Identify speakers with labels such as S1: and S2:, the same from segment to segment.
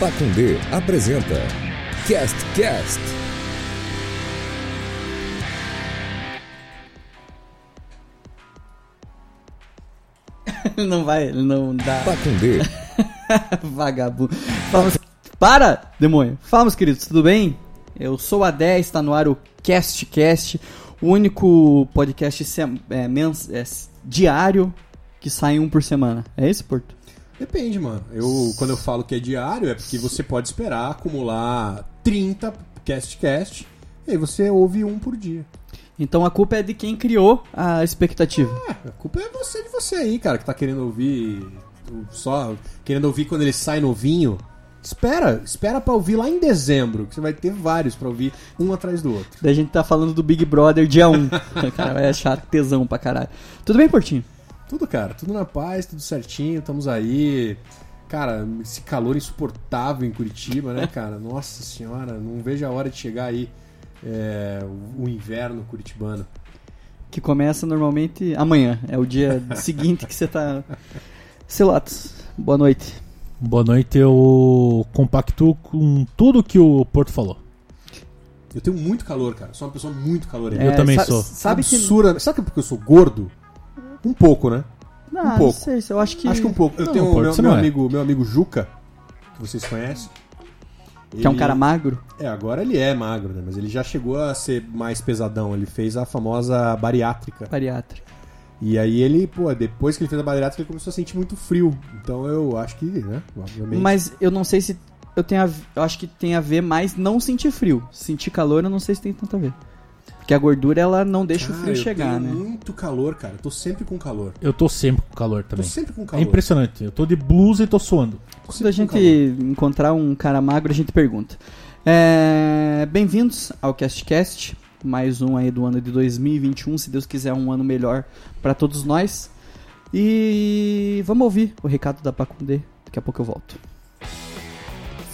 S1: Pacundê apresenta Cast Cast.
S2: não vai, não dá.
S1: Pacundê,
S2: Vagabundo. Fala, meus- Para, demônio. Fala, meus queridos, tudo bem? Eu sou a 10, está no ar o CastCast, o único podcast sem- é, mens- é, s- diário que sai um por semana. É isso, Porto?
S3: Depende, mano. Eu, quando eu falo que é diário, é porque você pode esperar acumular 30 cast-cast e aí você ouve um por dia.
S2: Então a culpa é de quem criou a expectativa.
S3: É, a culpa é você de você aí, cara, que tá querendo ouvir o- só querendo ouvir quando ele sai novinho. Espera, espera pra ouvir lá em dezembro, que você vai ter vários pra ouvir um atrás do outro.
S2: Daí a gente tá falando do Big Brother dia 1. O cara vai achar tesão pra caralho. Tudo bem, Portinho?
S3: Tudo, cara, tudo na paz, tudo certinho, estamos aí. Cara, esse calor insuportável em Curitiba, né, cara? Nossa senhora, não vejo a hora de chegar aí é, o- o inverno curitibano.
S2: Que começa normalmente amanhã. É o dia seguinte que você tá. Selatos, boa noite.
S4: Boa noite, eu compactuo com tudo que o Porto falou.
S3: Eu tenho muito calor, cara. Sou uma pessoa muito calorenta.
S2: É.
S4: Eu também sou.
S2: Sabe que.
S3: Absurda- Sabe porque eu sou gordo? Um pouco, né?
S2: Não,
S3: um
S2: não
S3: pouco.
S2: sei, eu acho que.
S3: Acho que um pouco. Eu
S4: Não,
S3: tenho
S4: Porto,
S3: meu,
S4: você
S3: meu
S4: não é.
S3: amigo, meu amigo Juca, que vocês conhecem.
S2: que é um
S3: Ele-
S2: cara magro.
S3: É, agora ele é magro, né? Mas ele já chegou a ser mais pesadão. Ele fez a famosa bariátrica.
S2: Bariátrica.
S3: E aí ele, pô, depois que ele fez a bariátrica, ele começou a sentir muito frio. Então eu acho que, né? Obviamente.
S2: Mas eu não sei se. Eu, tenho a- eu acho que tem a ver mais não sentir frio. Sentir calor, eu não sei se tem tanto a ver. Porque a gordura, ela não deixa o
S3: Cara,
S2: frio
S3: eu
S2: chegar, né?
S3: tenho muito calor, cara. Eu tô sempre com calor.
S4: Eu tô sempre com calor
S3: Tô
S4: também.
S3: sempre com
S4: É
S3: calor.
S4: impressionante, eu tô de blusa e tô suando.
S3: Tô
S2: Quando
S3: sempre
S2: a
S3: com
S2: gente
S3: calor.
S2: encontrar um cara magro, a gente pergunta. É, Bem-vindos ao CastCast, mais um aí do ano de 2021, se Deus quiser um ano melhor pra todos nós. E vamos ouvir o recado da Pacundê, daqui a pouco eu volto.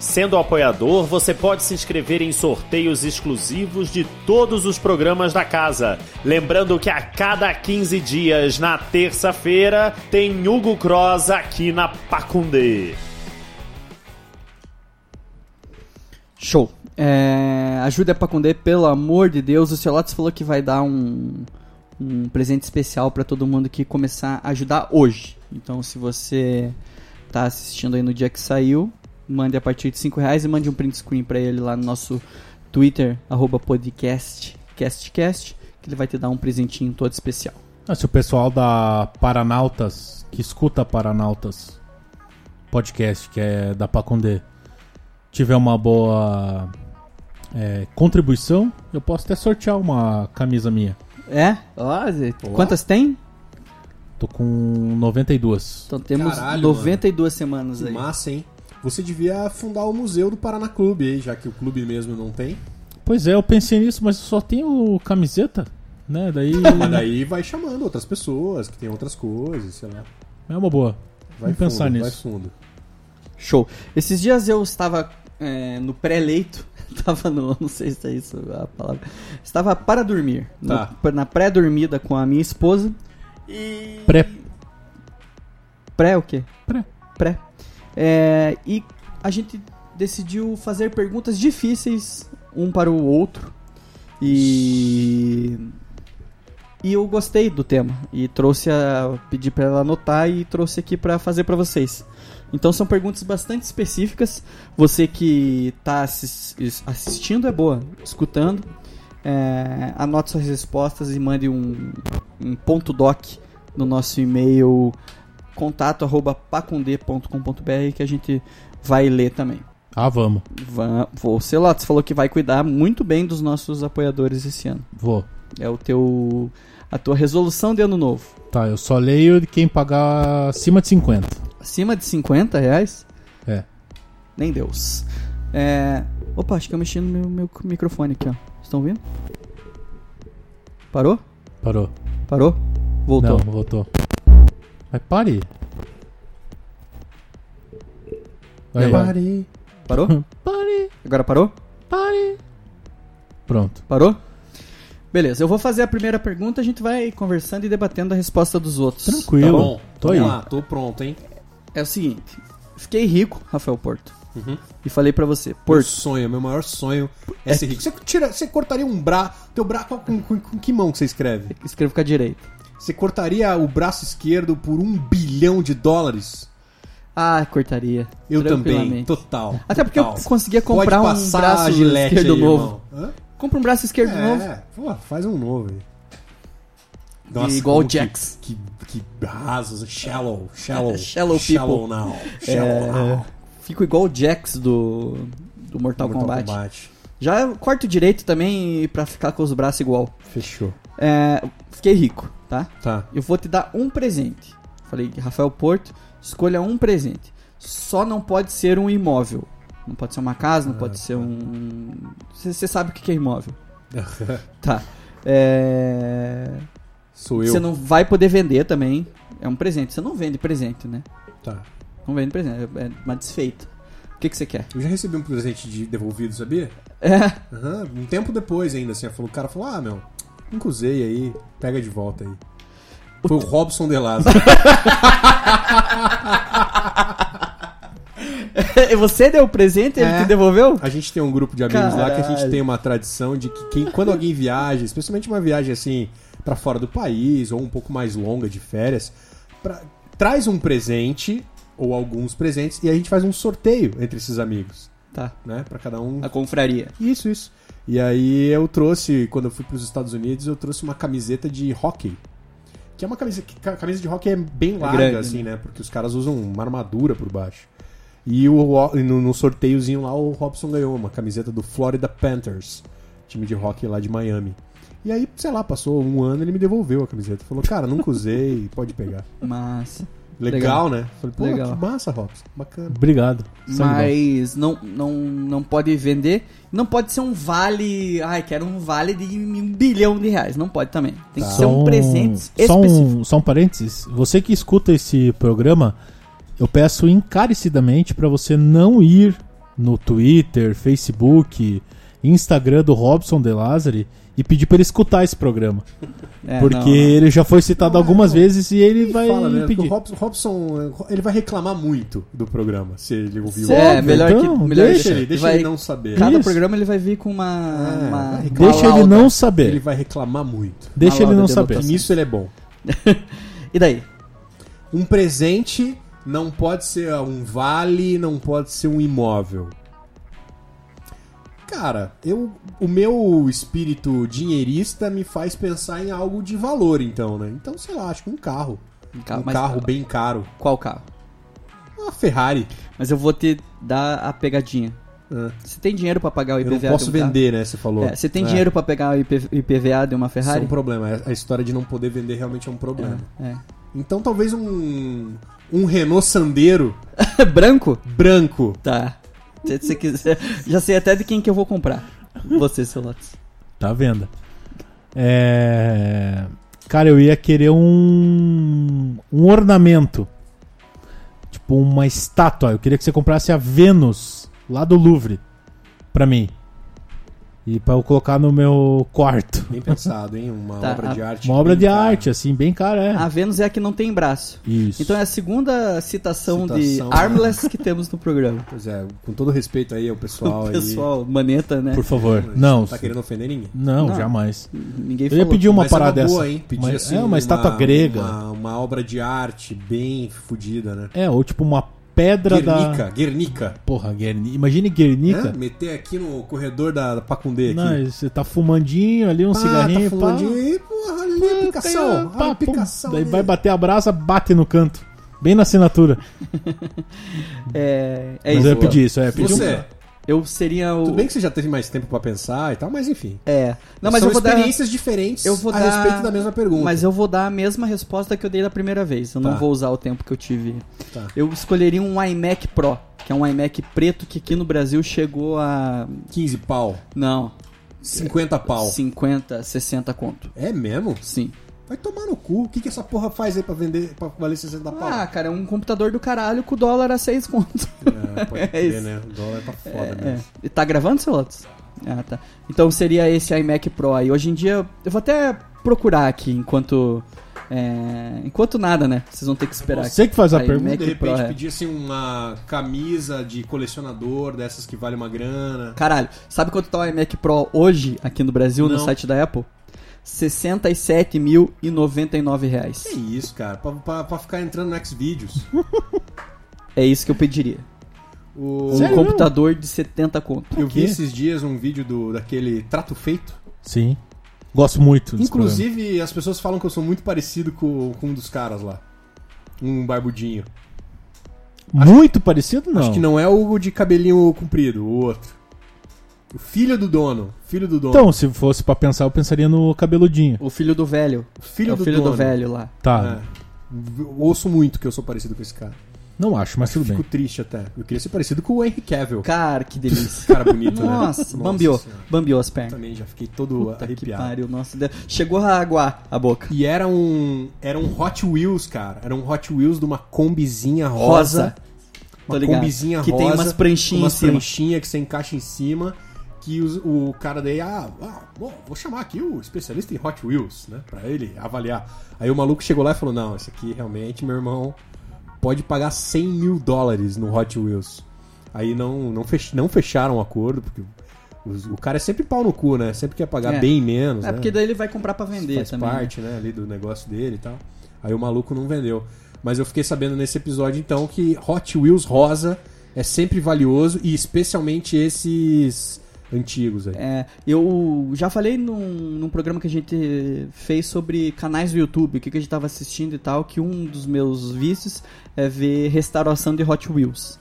S5: Sendo apoiador, você pode se inscrever em sorteios exclusivos de todos os programas da casa. Lembrando que a cada 15 dias, na terça-feira, tem Hugo Cross aqui na Pacundê.
S2: Show. É, ajuda a Pacundê, pelo amor de Deus. O seu Lattes falou que vai dar um, um presente especial pra todo mundo que começar a ajudar hoje. Então, se você tá assistindo aí no dia que saiu, mande a partir de 5 reais e mande um print screen pra ele lá no nosso Twitter, arroba podcast, castcast, que ele vai te dar um presentinho todo especial.
S4: Ah, se o pessoal da Paranautas, que escuta Paranautas podcast, que é da Pacondê, tiver uma boa é, contribuição, eu posso até sortear uma camisa minha.
S2: É? Ó, Zé, Quantas tem?
S4: Tô com 92.
S2: Então temos
S3: Caralho,
S2: 92 semanas
S3: Que
S2: aí.
S3: massa, hein? Você devia fundar o Museu do Paraná Clube aí, já que o clube mesmo não tem.
S4: Pois é, eu pensei nisso, mas eu só tenho camiseta, né? Daí
S3: Mas daí vai chamando outras pessoas que tem outras coisas, sei lá.
S4: é uma boa.
S3: Vai
S4: Vamos pensar
S3: fundo,
S4: nisso.
S3: Vai fundo.
S2: Show. Esses dias eu estava é, no pré-leito. Tava no. Não sei se é isso a palavra. Estava para dormir. no-
S3: Tá.
S2: na pré-dormida com a minha esposa.
S4: Pré
S2: Pré o quê?
S4: Pré.
S2: Pré. É, e a gente decidiu fazer perguntas difíceis um para o outro. E. E eu gostei do tema. E trouxe a. Pedi para ela anotar e trouxe aqui para fazer para vocês. Então são perguntas bastante específicas. Você que tá assis- assistindo é boa, escutando. É, anote suas respostas e mande um, um ponto doc no nosso e-mail contato arroba pacundê.com.br que a gente vai ler também.
S4: Ah, vamos.
S2: Va- O Celotes falou que vai cuidar muito bem dos nossos apoiadores esse ano.
S4: Vou.
S2: É o teu a tua resolução de ano novo.
S4: Tá, eu só leio de quem pagar acima de 50.
S2: Acima de 50 reais?
S4: É.
S2: Nem Deus. É... Opa, acho que eu mexi no meu, meu microfone aqui, ó. Estão ouvindo? Parou?
S4: Parou.
S2: Parou? Voltou.
S4: Não, voltou. Mas pare. Aí, ó.
S3: Pare.
S2: Parou?
S4: Pare,
S2: Agora parou?
S4: pare. Pronto.
S2: Parou? Beleza, eu vou fazer a primeira pergunta, a gente vai conversando e debatendo a resposta dos outros.
S4: Tranquilo.
S3: Tá bom,
S4: Tô
S3: vamos
S4: aí.
S3: lá, tô pronto, hein?
S2: É o seguinte, fiquei rico, Rafael Porto.
S3: Uhum.
S2: E falei pra você, Porto,
S3: Meu sonho, meu maior sonho é ser rico. Você, tira, você cortaria um braço. Teu braço. qual- Com, com, com que mão que você escreve?
S2: escrevo com a direita.
S3: Você cortaria o braço esquerdo por um bilhão de dólares?
S2: Ah, cortaria.
S3: Eu também,
S2: tranquilamente.
S3: total.
S2: Até porque eu
S3: total.
S2: conseguia
S3: Pode
S2: comprar um
S3: passar
S2: braço
S3: a gilete
S2: esquerdo
S3: aí,
S2: novo.
S3: irmão. Hã?
S2: Compra um braço esquerdo novo.
S3: É, pô, faz um novo aí.
S2: igual
S3: como
S2: o Jax.
S3: Que, que, que rasos, shallow, shallow.
S2: Shallow É,
S3: Shallow now. Shallow now.
S2: Fico igual o Jax do, do Mortal,
S3: Mortal
S2: Kombat.
S3: Kombat.
S2: Já corto direito também pra ficar com os braços igual.
S3: Fechou.
S2: É, fiquei rico, tá?
S3: Tá.
S2: Eu vou te dar um presente. Falei, Rafael Porto, escolha um presente. Só não pode ser um imóvel. Não pode ser uma casa,
S3: Ah,
S2: não
S3: tá.
S2: pode ser um. Você sabe o que que é imóvel. tá. É...
S3: Sou eu.
S2: Você não vai poder vender também. É um presente. Você não vende presente, né?
S3: Tá.
S2: Não vende presente. É uma desfeita. O que, que você quer?
S3: Eu já recebi um presente de devolvido, sabia?
S2: É.
S3: Aham, um tempo depois ainda, assim, falou, o cara falou, ah, meu, nunca usei aí, pega de volta aí. Foi o Robson de Lázaro.
S2: Você deu o presente e ele
S3: É.
S2: te devolveu?
S3: A gente tem um grupo de amigos lá que a gente
S2: Caralho.
S3: tem uma tradição de que quem, quando alguém viaja, especialmente uma viagem assim pra fora do país ou um pouco mais longa de férias, pra- traz um presente ou alguns presentes e a gente faz um sorteio entre esses amigos,
S2: Tá.
S3: né, Pra cada um.
S2: A confraria.
S3: Isso, isso. E aí eu trouxe, quando eu fui pros Estados Unidos, eu trouxe uma camiseta de hockey. Que é uma camisa que ca- camisa de hockey é bem larga,
S2: grande,
S3: assim, né? Porque os caras usam uma armadura por baixo. E o, Ro- e no, no sorteiozinho lá, o Robson ganhou uma camiseta do Florida Panthers, time de hockey lá de Miami. E aí, sei lá, passou um ano ele me devolveu a camiseta. Falou, cara, nunca usei, pode pegar.
S2: Massa.
S3: Legal, né? Falei, pô,
S2: Legal.
S3: que massa, Robson. Bacana.
S4: Obrigado. Sangue
S2: Mas não, não, não pode vender. Não pode ser um vale. Ai, quero um vale de um bilhão de reais. Não pode também. Tem que
S4: bom.
S2: ser um presente
S4: Tá. só
S2: específico.
S4: um, só um parênteses. Você que escuta esse programa, eu peço encarecidamente pra você não ir no Twitter, Facebook, Instagram do Robson De Lázari e pedir pra ele escutar esse programa.
S2: É,
S4: porque
S2: não, não.
S4: ele já foi citado
S3: Não,
S4: algumas
S3: não.
S4: vezes e ele vai
S3: Fala, né? Porque O
S4: pedir.
S3: Robson, Robson, ele vai reclamar muito do programa, se ele ouvir o
S2: É,
S4: Óbvio,
S2: melhor
S4: então,
S2: que. Melhor
S4: deixa
S3: Deixa
S2: que-
S3: ele, deixa
S2: vai-
S3: ele não saber.
S2: Cada
S4: Isso.
S2: programa ele vai vir com uma.
S3: É,
S2: uma-
S3: vai-
S2: uma
S4: Deixa ele
S2: lauda.
S4: não saber.
S3: né? Ele vai reclamar muito.
S4: Deixa ele
S2: lauda
S4: não
S2: de
S4: saber.
S2: Tá
S3: Nisso ele é bom.
S2: E daí?
S3: Um presente não pode ser um vale, não pode ser um imóvel. Cara, eu, o meu espírito dinheirista me faz pensar em algo de valor, então, né? Então, sei lá, acho que um carro.
S2: Um carro,
S3: um
S2: mas-
S3: carro bem caro.
S2: Qual carro?
S3: Uma Ferrari.
S2: Mas eu vou te dar a pegadinha.
S3: né?
S2: Você tem dinheiro pra pagar o
S3: Eu
S2: IPVA?
S3: não
S2: de um
S3: posso
S2: carro?
S3: vender, né? Você falou.
S2: É, você tem
S3: É,
S2: dinheiro pra pegar o IP- IPVA de uma
S3: Isso é um
S2: Ferrari?
S3: problema. A história de não poder vender realmente é um problema.
S2: É.
S3: Então, talvez um, um Renault Sandero
S2: Branco?
S3: branco.
S2: Tá. Se você quiser. Já sei até de quem que eu vou comprar. Você, seu Lotus.
S4: Tá à venda. É... Cara, eu ia querer um... um ornamento. Tipo, uma estátua. Eu queria que você comprasse a Vênus, lá do Louvre, pra mim. E pra eu colocar no meu quarto.
S3: Bem pensado, hein? Uma
S2: Tá,
S3: obra
S2: a-
S3: de arte.
S4: Uma obra
S3: bem
S4: de
S3: cara. Ah,
S4: arte, assim, bem cara, é.
S2: A Vênus é a que não tem braço.
S4: Isso.
S2: Então é a segunda citação, de
S3: Citação, né?
S2: Armless que temos no programa.
S3: Pois é, com todo respeito aí ao pessoal,
S2: O pessoal, maneta, né?
S4: Por favor.
S3: aí.
S4: Não,
S3: Não tá querendo ofender ninguém.
S4: não,
S2: Não.
S4: jamais.
S2: Ninguém
S4: Eu ia
S2: falou.
S4: pedir uma parada
S3: é uma
S4: dessa.
S3: boa, hein? Pedir
S4: Uma-
S3: assim,
S4: é, uma, estátua grega.
S3: Uma, uma obra de arte bem fodida, né?
S4: É, ou tipo uma pedra da...
S3: Guernica, Guernica.
S4: Porra, Guernica. Imagine
S3: Né?
S4: Guernica.
S3: Meter aqui no corredor da, da Pacundê aqui.
S4: Não, você tá fumandinho ali, um
S3: Ah,
S4: cigarrinho.
S3: tá
S4: pá.
S3: falando de... Porra, ali a picação.
S4: Pá,
S3: Olha a
S4: pum.
S3: picação.
S4: Daí
S3: ali.
S4: vai bater a brasa, bate no canto. Bem na assinatura.
S3: um-
S2: É, é
S4: Mas
S2: isso.
S4: eu ia pedir isso, é. Pedir um...
S3: Você,
S2: Eu seria o.
S3: tudo bem que você já teve mais tempo pra pensar e tal, mas enfim.
S2: É. Não, mas
S3: São
S2: eu vou dar.
S3: experiências diferentes
S2: Eu vou
S3: a
S2: dar-
S3: respeito da mesma pergunta.
S2: Mas eu vou dar a mesma resposta que eu dei da primeira vez. Eu
S3: Tá.
S2: não vou usar o tempo que eu tive.
S3: Tá.
S2: Eu escolheria um iMac Pro, que é um iMac preto que aqui no Brasil chegou a.
S3: 15 pau.
S2: Não. É,
S3: 50 pau.
S2: 50, 60 conto.
S3: É mesmo?
S2: Sim.
S3: Vai tomar no cu. O que, que essa porra faz aí pra vender, pra valer 60 pau?
S2: Ah, cara, é um computador do caralho com o dólar a 6 conto.
S3: É, pode
S2: é
S3: crer,
S2: isso.
S3: né? O dólar tá foda
S2: É.
S3: mesmo.
S2: E Tá gravando, seu Lotus? Ah, tá. Então seria esse iMac Pro aí. Hoje em dia, eu vou até procurar aqui enquanto. é, enquanto nada, né? Vocês vão ter que esperar.
S4: Você que faz a
S2: Aí,
S4: pergunta.
S2: Mac
S3: De
S2: Que
S3: repente
S2: porra é?
S3: pedir assim uma camisa de colecionador, dessas que vale uma grana.
S2: Caralho, sabe quanto tá o iMac Pro hoje aqui no Brasil, no
S3: Não.
S2: site da Apple? R$ 67.099
S3: Que é
S2: reais.
S3: isso, cara? Pra, pra, pra ficar entrando no Xvideos.
S2: É isso que eu pediria.
S3: O...
S2: Um
S4: Sério mesmo?
S2: computador de 70 conto.
S3: Eu vi
S4: quê?
S3: esses dias um vídeo do, daquele Trato Feito.
S4: Sim. Gosto muito desse
S3: Inclusive, as pessoas falam que eu sou muito parecido com, com um dos caras lá. Um barbudinho.
S4: programa. Muito parecido, não.
S3: Acho que não é o de cabelinho comprido, o outro. O filho do dono. Filho do dono.
S4: Então, se fosse pra pensar, eu pensaria no cabeludinho.
S2: O filho do velho.
S3: o filho
S2: é o
S3: do
S2: filho
S3: dono.
S2: do velho lá.
S4: Tá,
S3: É. Eu Ouço muito que eu sou parecido com esse cara.
S4: não acho, mas tudo
S3: Fico
S4: bem.
S3: triste até. Eu queria ser parecido com o Henry Cavill.
S2: Cara, que delícia.
S3: Cara bonito, né?
S2: Nossa, bambiou.
S3: Senhora.
S2: Bambiou as pernas.
S3: Também já fiquei todo
S2: Puta que
S3: arrepiado.
S2: pariu, nossa. de- Chegou a aguar a boca.
S3: E era um, era um Hot Wheels, cara. Era um Hot Wheels de uma combizinha rosa.
S2: Rosa.
S3: Uma
S2: Tô ligado.
S3: combizinha
S2: Que
S3: rosa.
S2: tem umas pranchinhas
S3: umas
S2: em cima.
S3: pranchinhas que você encaixa em cima. Que os- o cara daí, ah, ah, bom, vou chamar aqui o especialista em Hot Wheels, né? Pra ele avaliar. Aí o maluco chegou lá e falou: Não, esse aqui realmente, meu irmão, pode pagar 100 mil dólares no Hot Wheels. Aí não, não, fech- não fecharam o acordo, porque os- o cara é sempre pau no cu, né? Sempre quer pagar
S2: É.
S3: bem menos.
S2: É
S3: né?
S2: porque daí ele vai comprar pra vender
S3: faz
S2: também. né?
S3: parte, né, ali do negócio dele e tal. Aí o maluco não vendeu. Mas eu fiquei sabendo nesse episódio, então, que Hot Wheels rosa é sempre valioso e especialmente esses antigos aí.
S2: É, eu já falei num, num programa que a gente fez sobre canais do YouTube, o que, que a gente tava assistindo e tal, que um dos meus vícios é ver restauração de Hot Wheels.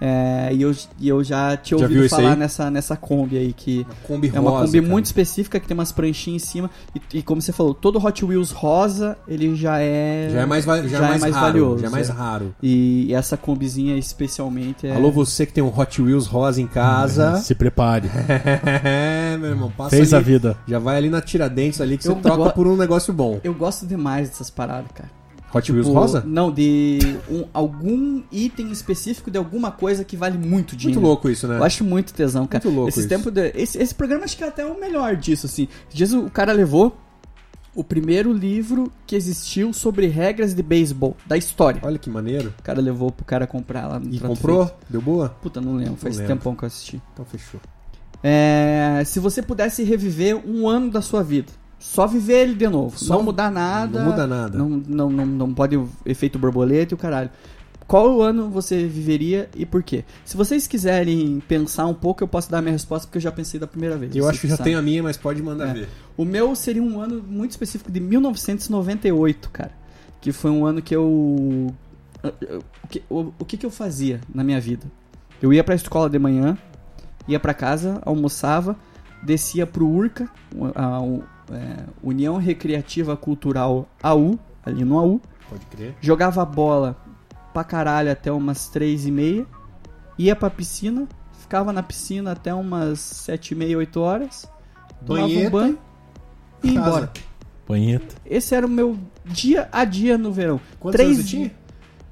S2: É, e, eu, e eu já tinha
S3: Já
S2: ouvido
S3: viu esse
S2: falar
S3: aí?
S2: nessa, nessa Kombi aí, que
S3: Uma Kombi
S2: é uma
S3: rosa,
S2: Kombi
S3: cara.
S2: muito específica, que tem umas pranchinhas em cima, e, e como você falou, todo Hot Wheels rosa, ele já é...
S3: já é mais, va- já é mais, raro, já é mais
S2: é.
S3: raro.
S2: E essa combizinha especialmente é...
S3: Alô, você que tem um Hot Wheels rosa em casa.
S4: Se prepare.
S3: É, meu irmão, passa
S4: Fez a
S3: ali.
S4: vida.
S3: Já vai ali na Tiradentes ali que
S2: Eu
S3: você troca
S2: go-
S3: por um negócio bom.
S2: Eu gosto demais dessas paradas, cara.
S3: Hot Wheels
S2: Tipo,
S3: rosa?
S2: Não, de um- algum item específico de alguma coisa que vale muito dinheiro.
S3: Muito louco isso, né?
S2: Eu acho muito tesão, cara.
S3: Muito louco
S2: Esses
S3: isso.
S2: tempos de- esse, esse programa acho que é até o melhor disso, assim. Esses dias o cara levou o primeiro livro que existiu sobre regras de beisebol, da história.
S3: Olha que maneiro.
S2: O cara levou pro cara comprar lá no
S3: E
S2: Trato
S3: comprou?
S2: Feito.
S3: Deu boa?
S2: Puta, não lembro, faz
S3: lembro.
S2: tempão que eu assisti.
S3: Então fechou.
S2: É, se você pudesse reviver um ano da sua vida, só viver ele de novo,
S3: Só-
S2: não mudar nada.
S3: Não muda nada.
S2: Não, não, não, não pode o efeito borboleta e o caralho. Qual ano você viveria e por quê? Se vocês quiserem pensar um pouco, eu posso dar a minha resposta porque eu já pensei da primeira vez.
S3: Eu
S2: Vocês
S3: acho que já
S2: sabem.
S3: tenho a minha, mas pode mandar
S2: É.
S3: ver.
S2: O meu seria um ano muito específico de 1998, cara. Que foi um ano que eu. O que, o, o que, que eu fazia na minha vida? Eu ia pra escola de manhã, ia pra casa, almoçava, descia pro URCA, a, U- é, União Recreativa Cultural AU, ali no AU,
S3: Pode crer.
S2: jogava bola pra caralho até umas três e meia, ia pra piscina, ficava na piscina até umas sete e meia, oito horas, tomava
S3: Banheta,
S2: um banho e ia
S3: casa.
S2: embora.
S4: Banheta.
S2: Esse era o meu dia a dia no verão.
S3: Quantos anos você tinha?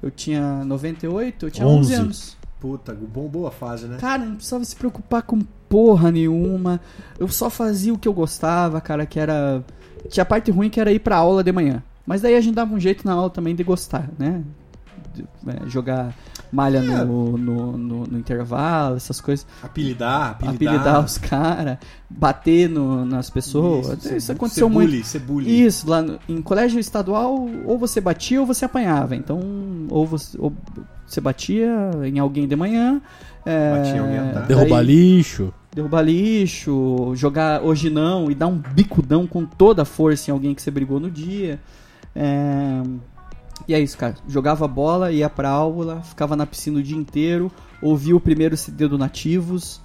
S2: Eu tinha 98, eu tinha
S4: 11.
S2: 11 anos.
S3: Puta, bom, boa fase, né?
S2: Cara, não precisava se preocupar com porra nenhuma. Eu só fazia o que eu gostava, cara, que era. Tinha a parte ruim que era ir pra aula de manhã. Mas daí a gente dava um jeito na aula também de gostar, né? De- é, jogar
S3: É.
S2: malha no, no, no- no intervalo, essas coisas.
S3: Apelidar, apelidar.
S2: Apelidar, os caras, bater no- nas pessoas.
S3: Isso,
S2: Isso,
S3: ser bu-
S2: aconteceu
S3: ser
S2: muito.
S3: Bully, ser bully.
S2: Isso, lá no- em colégio estadual, ou você batia ou você apanhava. Então, ou você, ou você batia em alguém de manhã. é,
S3: Batia em alguém à tarde.
S4: Derrubar
S2: daí
S4: lixo.
S2: Derrubar lixo, jogar hoje não e dar um bicudão com toda a força em alguém que você brigou no dia. É, E é isso, cara. Jogava bola, ia pra aula, ficava na piscina o dia inteiro, ouvia o primeiro CD do Nativos,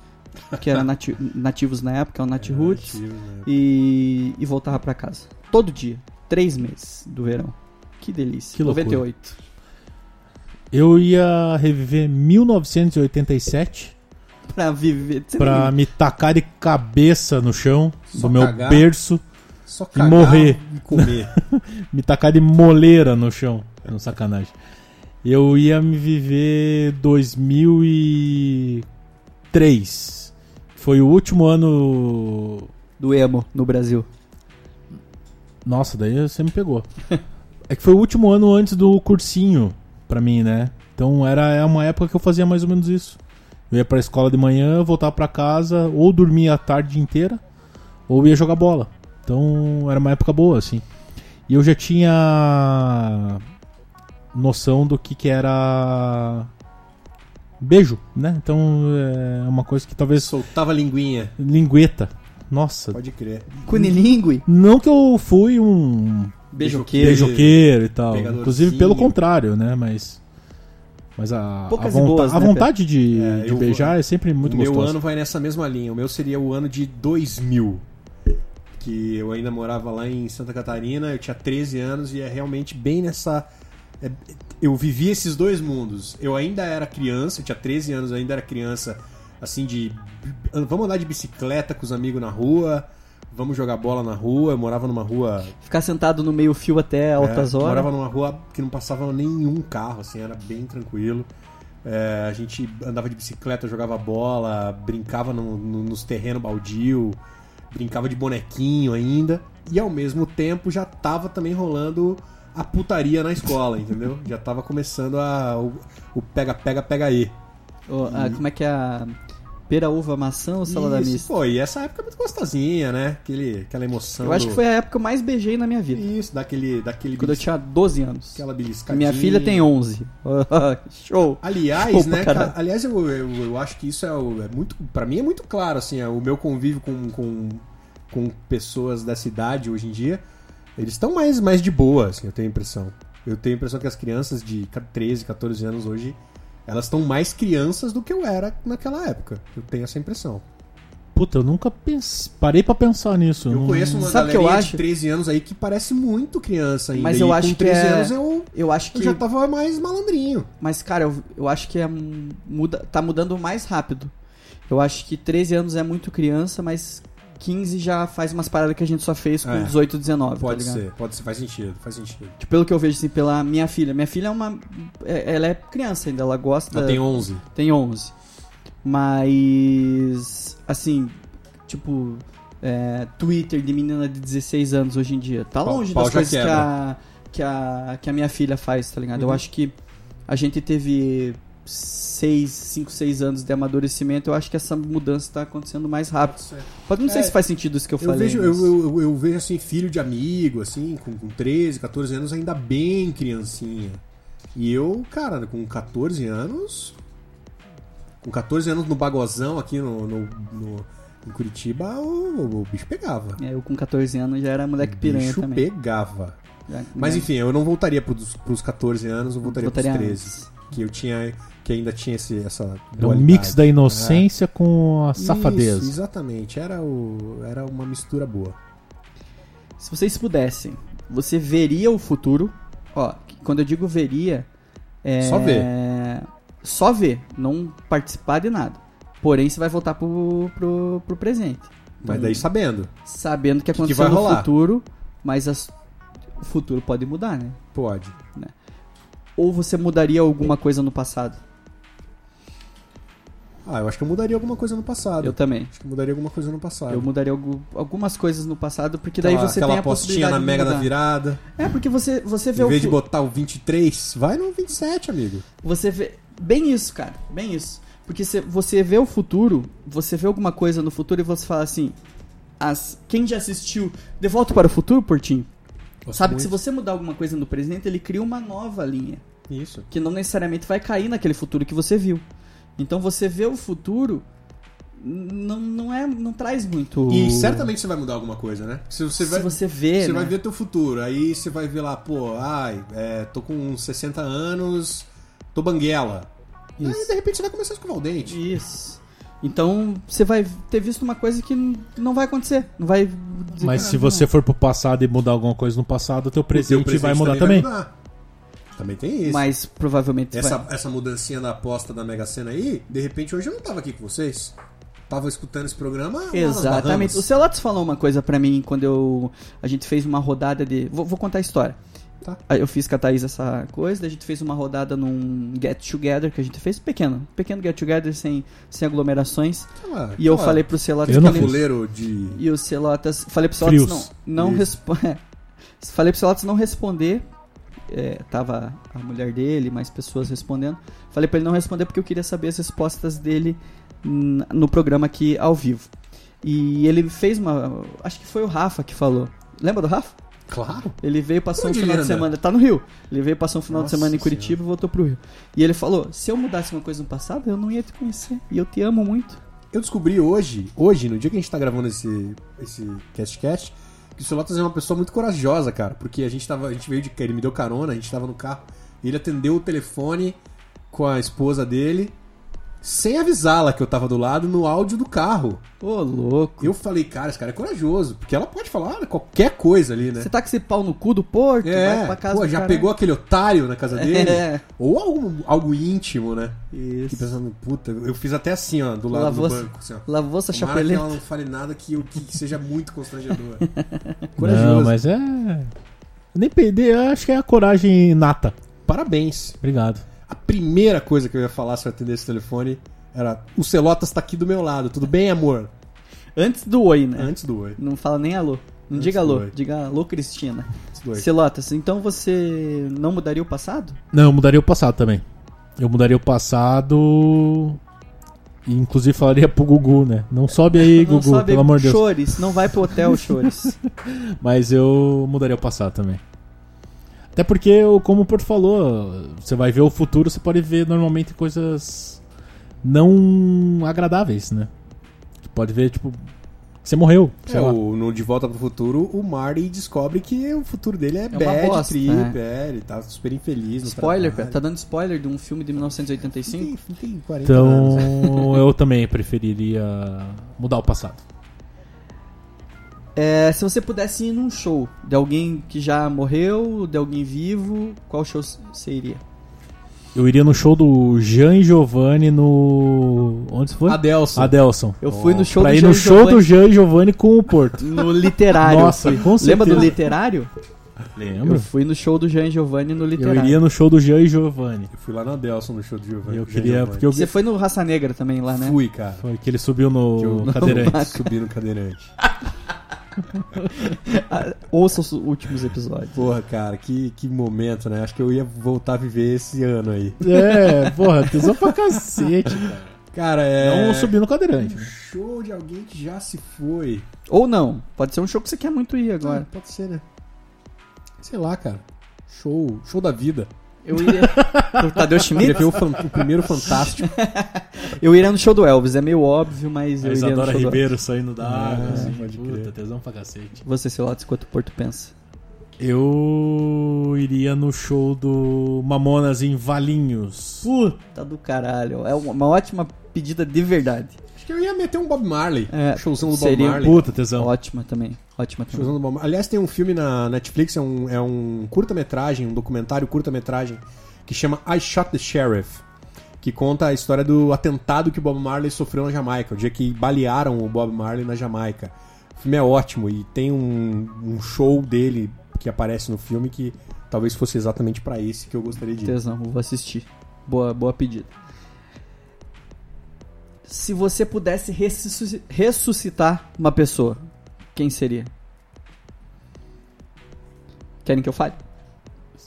S2: que era nati- Nativos na época, é o Nat Roots
S3: Tiro, né?
S2: e, e voltava pra casa. Todo dia. Três meses do verão. Que delícia.
S4: Que loucura.
S2: 98.
S4: Eu ia reviver 1987
S2: pra viver. Você
S4: pra me tacar de cabeça no chão
S3: Só
S4: do meu
S3: cagar.
S4: berço,
S3: Só
S4: E morrer.
S3: e comer.
S4: me tacar de moleira no chão, não sacanagem. Eu ia me viver 2003. Foi o último ano
S2: do emo no Brasil.
S4: Nossa, daí você me pegou. é que foi o último ano antes do cursinho pra mim, né? Então era é uma época que eu fazia mais ou menos isso. Eu ia pra escola de manhã, voltava pra casa, ou dormia a tarde inteira, ou ia jogar bola. Então era uma época boa, assim. E eu já tinha noção do que, que era beijo, né? Então é uma coisa que talvez
S3: Soltava linguinha.
S4: lingueta. Nossa,
S3: Pode crer.
S2: Cunilingue,
S4: não que eu fui um
S2: beijoqueiro.
S3: Beijo-
S4: beijoqueiro e tal.
S3: pegadorzinho.
S4: Inclusive, pelo contrário, né? Mas. Mas a, a,
S2: Poucas e
S4: vonta-
S2: boas,
S4: a
S2: né,
S4: vontade de,
S3: É,
S4: de
S3: eu vou-
S4: beijar é sempre muito
S3: o meu
S4: gostosa.
S3: ano vai nessa mesma linha. O meu seria o ano de 2000. Que eu ainda morava lá em Santa Catarina, eu tinha 13 anos e é realmente bem nessa. é- Eu vivi esses dois mundos. Eu ainda era criança, eu tinha 13 anos, eu ainda era criança, assim, de. Vamos andar de bicicleta com os amigos na rua, vamos jogar bola na rua. Eu morava numa rua
S2: Ficar sentado no meio fio até altas
S3: é,
S2: horas.
S3: Morava numa rua que não passava nenhum carro, assim, era bem tranquilo. É, a gente andava de bicicleta, jogava bola, brincava no- no- nos terrenos baldio, brincava de bonequinho ainda. E ao mesmo tempo já tava também rolando a putaria na escola, entendeu? Já tava começando a, o o pega, pega, pega aí.
S2: Ô, ah, como é que é a. Pera, uva, maçã ou salada
S3: Isso,
S2: mista?
S3: Pô, e essa época é muito gostosinha, né? Aquele, aquela emoção.
S2: Eu acho
S3: do-
S2: que foi a época que eu mais beijei na minha vida.
S3: Isso, daquele, daquele
S2: Quando eu
S3: belis-
S2: tinha 12 anos.
S3: aquela beliscadinha.
S2: Minha filha tem 11. Show.
S3: Aliás,
S2: Opa,
S3: né,
S2: caralho.
S3: cara, aliás, eu, eu, eu acho que isso é, o- é muito, Pra mim é muito claro, assim, é o meu convívio com, com, com pessoas dessa idade hoje em dia, eles estão mais, mais de boa, assim, eu tenho a impressão. Eu tenho a impressão que as crianças de 13, 14 anos hoje, elas estão mais crianças do que eu era naquela época. Eu tenho essa impressão.
S4: Puta, eu nunca pens- parei pra pensar nisso. é
S3: Eu
S4: não-
S3: conheço uma
S2: Sabe o que eu
S3: galerinha
S2: acho?
S3: de 13 anos aí que parece muito criança ainda.
S2: Mas eu
S3: e
S2: acho
S3: com
S2: que
S3: 13
S2: é-
S3: anos eu,
S2: Eu acho que.
S3: eu já tava mais malandrinho.
S2: Mas, cara, eu, eu acho que é, um- muda, tá mudando mais rápido. Eu acho que 13 anos é muito criança, mas 15 já faz umas paradas que a gente só fez com
S3: É.
S2: 18, 19.
S3: Pode
S2: tá ligado?
S3: ser, pode ser, faz sentido, faz sentido.
S2: Tipo, pelo que eu vejo, assim, pela minha filha. Minha filha é uma. é- Ela é criança ainda, ela gosta.
S3: Ela tem 11.
S2: tem 11. Mas. Assim, tipo. é, Twitter de menina de 16 anos hoje em dia. Tá
S3: Pau-
S2: longe
S3: pau
S2: das
S3: já
S2: coisas que
S3: quebra.
S2: a, que, a, que a minha filha faz, tá ligado? Eu
S3: Uhum.
S2: acho que a gente teve 6, 5, 6 anos de amadurecimento. Eu acho que essa mudança tá acontecendo mais rápido. Pode não sei
S3: É,
S2: se faz sentido isso que eu,
S3: Eu,
S2: falei.
S3: vejo, eu,
S2: mas-
S3: eu, eu- eu vejo assim, filho de amigo, assim, com, com 13, 14 anos, ainda bem criancinha. E eu, cara, com 14 anos. Com 14 anos no bagozão aqui no, no, no- em Curitiba, o, o bicho pegava.
S2: É, eu com 14 anos já era moleque piranha
S3: bicho
S2: também.
S3: pegava.
S2: Já-
S3: Mas
S2: né?
S3: enfim, eu não voltaria pros, pros 14 anos, eu voltaria,
S2: Voltaria
S3: pros 13.
S2: antes.
S3: Que eu tinha. Que ainda tinha esse, essa.
S4: É um
S3: dualidade.
S4: mix da inocência com a
S3: Isso,
S4: safadeza.
S3: exatamente. Era, o, era uma mistura boa.
S2: Se vocês pudessem, você veria o futuro? Ó, quando eu digo veria, é...
S3: Só ver.
S2: Só ver, não participar de nada. Porém, você vai voltar pro, pro, pro presente.
S3: Mas daí sabendo.
S2: Sabendo o que
S3: que
S2: aconteceu
S3: vai
S2: no
S3: rolar?
S2: futuro, mas as- o futuro pode mudar, né?
S3: Pode.
S2: Ou você mudaria alguma coisa no passado?
S3: Ah, eu acho que eu mudaria alguma coisa no passado.
S2: Eu também.
S3: Acho que eu mudaria alguma coisa no passado.
S2: Eu mudaria algu- algumas coisas no passado, porque daí
S3: Aquela-
S2: você
S3: aquela
S2: tem a
S3: apostinha
S2: possibilidade
S3: na
S2: de
S3: mega da
S2: mudar.
S3: virada.
S2: É, porque você, você vê
S3: Em
S2: o
S3: vez de
S2: fu-
S3: botar o 23, vai no 27, amigo.
S2: Você vê. Bem isso, cara. Bem isso. Porque cê- você vê o futuro, você vê alguma coisa no futuro e você fala assim. As, quem já assistiu De Volta para o Futuro, Portinho, sabe que se você mudar alguma coisa no presente, ele cria uma nova linha.
S3: Isso.
S2: Que não necessariamente vai cair naquele futuro que você viu. Então você vê o futuro. n- Não, não é. Não traz muito.
S3: E certamente você vai mudar alguma coisa, né? Se você vai,
S2: Se você vê.
S3: você
S2: né?
S3: vai ver teu futuro. Aí você vai ver lá, pô, ai, é, tô com uns 60 anos, tô banguela. Aí
S2: Isso.
S3: de repente você vai começar a escovar o dente.
S2: Isso. Então você vai ter visto uma coisa que n- não vai acontecer. Não vai.
S4: Mas se você for pro passado e mudar alguma coisa no passado, o teu presente,
S3: O teu tá
S4: vai mudar também.
S3: mudar. Também tem isso.
S2: Mas provavelmente
S3: essa,
S2: vai.
S3: essa mudancinha da aposta da Mega Sena aí, de repente hoje eu não tava aqui com vocês. Tava escutando esse programa. lá
S4: Tá
S3: nas
S2: Exatamente. O
S3: Bahamas.
S2: Celotes falou uma coisa pra mim quando eu a gente fez uma rodada de. Vou, vou contar a história.
S3: Tá.
S2: Aí Eu fiz com a Thaís essa coisa, daí a gente fez uma rodada num get together que a gente fez pequeno, pequeno get together sem, sem aglomerações.
S3: Aquela-
S2: E eu
S3: aquela-
S2: falei pro Celotas
S4: Eu
S2: que
S4: não
S2: ele-
S4: fui.
S3: Tabuleiro de.
S2: E o Celotas. Falei pro Celotas
S4: Frios.
S2: não, não
S3: Isso.
S2: responder. Falei pro Celotas não responder. É, tava a mulher dele, mais pessoas respondendo. Falei pra ele não responder porque eu queria saber as respostas dele hum, no programa aqui ao vivo. E ele fez uma. Acho que foi o Rafa que falou. Lembra do Rafa?
S3: Claro.
S2: Ele veio, passou um
S3: Onde
S2: final
S3: ele
S2: de
S3: anda?
S2: semana. Tá no Rio. Ele veio, passou um final
S3: Nossa
S2: de semana em
S3: Senhora.
S2: Curitiba e voltou pro Rio. E ele falou: se eu mudasse uma coisa no passado, eu não ia te conhecer. E eu te amo muito.
S3: Eu descobri hoje, hoje, no dia que a gente tá gravando esse, esse CastCast, que o Celotas é uma pessoa muito corajosa, cara. Porque a gente tava. A gente veio de. Ele me deu carona, a gente tava no carro. E ele atendeu o telefone com a esposa dele, sem avisá-la que eu tava do lado, no áudio do carro.
S2: Ô, louco.
S3: Eu falei, cara, esse cara é corajoso, porque ela pode falar qualquer coisa ali, né?
S2: Você tá com esse pau no cu do Porto?
S3: É,
S2: vai pra casa
S3: pô,
S2: do
S3: já
S2: caralho.
S3: pegou aquele otário na casa dele?
S2: É.
S3: Ou algo, algo íntimo, né?
S2: Isso.
S3: Fiquei pensando, puta, eu fiz até assim, ó, do lado
S2: Lavou-
S3: do banco, assim, ó.
S2: Lavou essa
S3: Tomara que
S2: chapeleta.
S3: ela não fale nada que, eu- que seja muito constrangedor.
S4: Não,
S3: Corajoso.
S4: mas é. Nem perder, eu acho que é a coragem nata.
S3: Parabéns.
S4: Obrigado.
S3: A primeira coisa que eu ia falar se eu atender esse telefone era: o Celotas tá aqui do meu lado, tudo bem, amor?
S2: Antes do oi, né?
S3: Antes do oi.
S2: Não fala nem alô. Não
S3: Antes
S2: diga
S3: do
S2: alô.
S3: oi.
S2: Diga alô, Cristina.
S3: Antes do oi.
S2: Celotas, então você não mudaria o passado?
S4: Não, eu mudaria o passado também. Eu mudaria o passado. e Inclusive falaria pro Gugu, né? Não sobe aí,
S2: não
S4: Gugu, pelo amor de Deus.
S2: Chores, não vai pro hotel, Chores.
S4: Mas eu mudaria o passado também. Até porque, eu- como o Porto falou, você vai ver o futuro, você pode ver normalmente coisas não agradáveis, né? Você pode ver, tipo, que você morreu,
S3: É,
S4: sei lá.
S3: o- no De Volta pro Futuro, o Marty descobre que o futuro dele é,
S2: uma
S3: bad
S2: bosta,
S3: trip,
S2: né?
S3: é, ele tá super infeliz. no
S2: spoiler,
S3: trabalho.
S2: velho. Tá dando spoiler de um filme de
S3: Não
S2: 1985?
S3: tem, não tem 40 anos. né?
S4: Então, eu também preferiria mudar o passado.
S2: É, se você pudesse ir num show de alguém que já morreu, de alguém vivo, qual show você iria?
S4: Eu iria no show do Jean e Giovanni no. Onde foi?
S3: Adelson.
S4: Adelson.
S2: Eu fui no show
S4: Pra
S2: do
S4: ir
S2: Jean
S4: no
S2: e
S4: show do
S2: Giovanni
S4: Jean e Giovanni com o Porto.
S2: no literário. eu
S4: Nossa,
S2: fui.
S4: com
S2: Lembra do
S4: certeza.
S2: literário? Eu
S4: Lembra?
S2: fui no show do Jean Giovanni no
S4: Eu
S2: literário.
S4: iria no show do Jean e Giovanni.
S3: Eu fui lá no Adelson no show do Giovanni.
S4: Eu
S3: Jean
S4: queria.
S3: Giovanni.
S4: Porque eu
S2: Você foi no Raça Negra também lá, né?
S3: fui, cara.
S4: Foi que ele subiu no
S3: não-
S4: cadeirante.
S3: Subi no cadeirante.
S2: Ah, ouça os últimos episódios.
S3: Porra, cara, que, que momento, né? Acho que eu ia voltar a viver esse ano aí.
S4: É, porra, tesão pra cacete. cara.
S3: Cara, é.
S4: Não subiu no cadeirante. né?
S3: um show de alguém que já se foi.
S2: Ou não. Pode ser um show que você quer muito ir
S3: Ah,
S2: agora.
S3: pode ser, né? Sei lá, cara. Show, show da vida.
S2: Eu iria. Do Tadeu
S3: Queria
S2: Schmidt?
S3: ver o, fan- o primeiro Fantástico.
S2: Eu iria no show do Elvis. É meio óbvio, mas eu iria no show do Elvis.
S4: saindo da
S3: água, assim, puta,
S4: tesão pra cacete.
S2: Você se lota enquanto o Porto pensa.
S4: Eu iria no show do Mamonas em Valinhos.
S2: Tá do caralho. É uma ótima pedida de verdade.
S3: Acho que eu ia meter um Bob Marley.
S2: É,
S3: showzão do Bob
S2: seria-
S3: Marley.
S4: Puta tesão.
S2: Ótima também. Ótima também.
S3: Showzão do Bob Marley. Aliás, tem um filme na Netflix, é um, é um curta-metragem, um documentário curta-metragem, que chama I Shot the Sheriff, que conta a história do atentado que o Bob Marley sofreu na Jamaica, o dia que balearam o Bob Marley na Jamaica. O filme é ótimo e tem um, um show dele que aparece no filme que talvez fosse exatamente pra esse que eu gostaria de ir.
S2: Tesão, vou assistir. Boa, boa pedida. Se você pudesse ressusci- ressuscitar uma pessoa, quem seria? Querem que eu fale?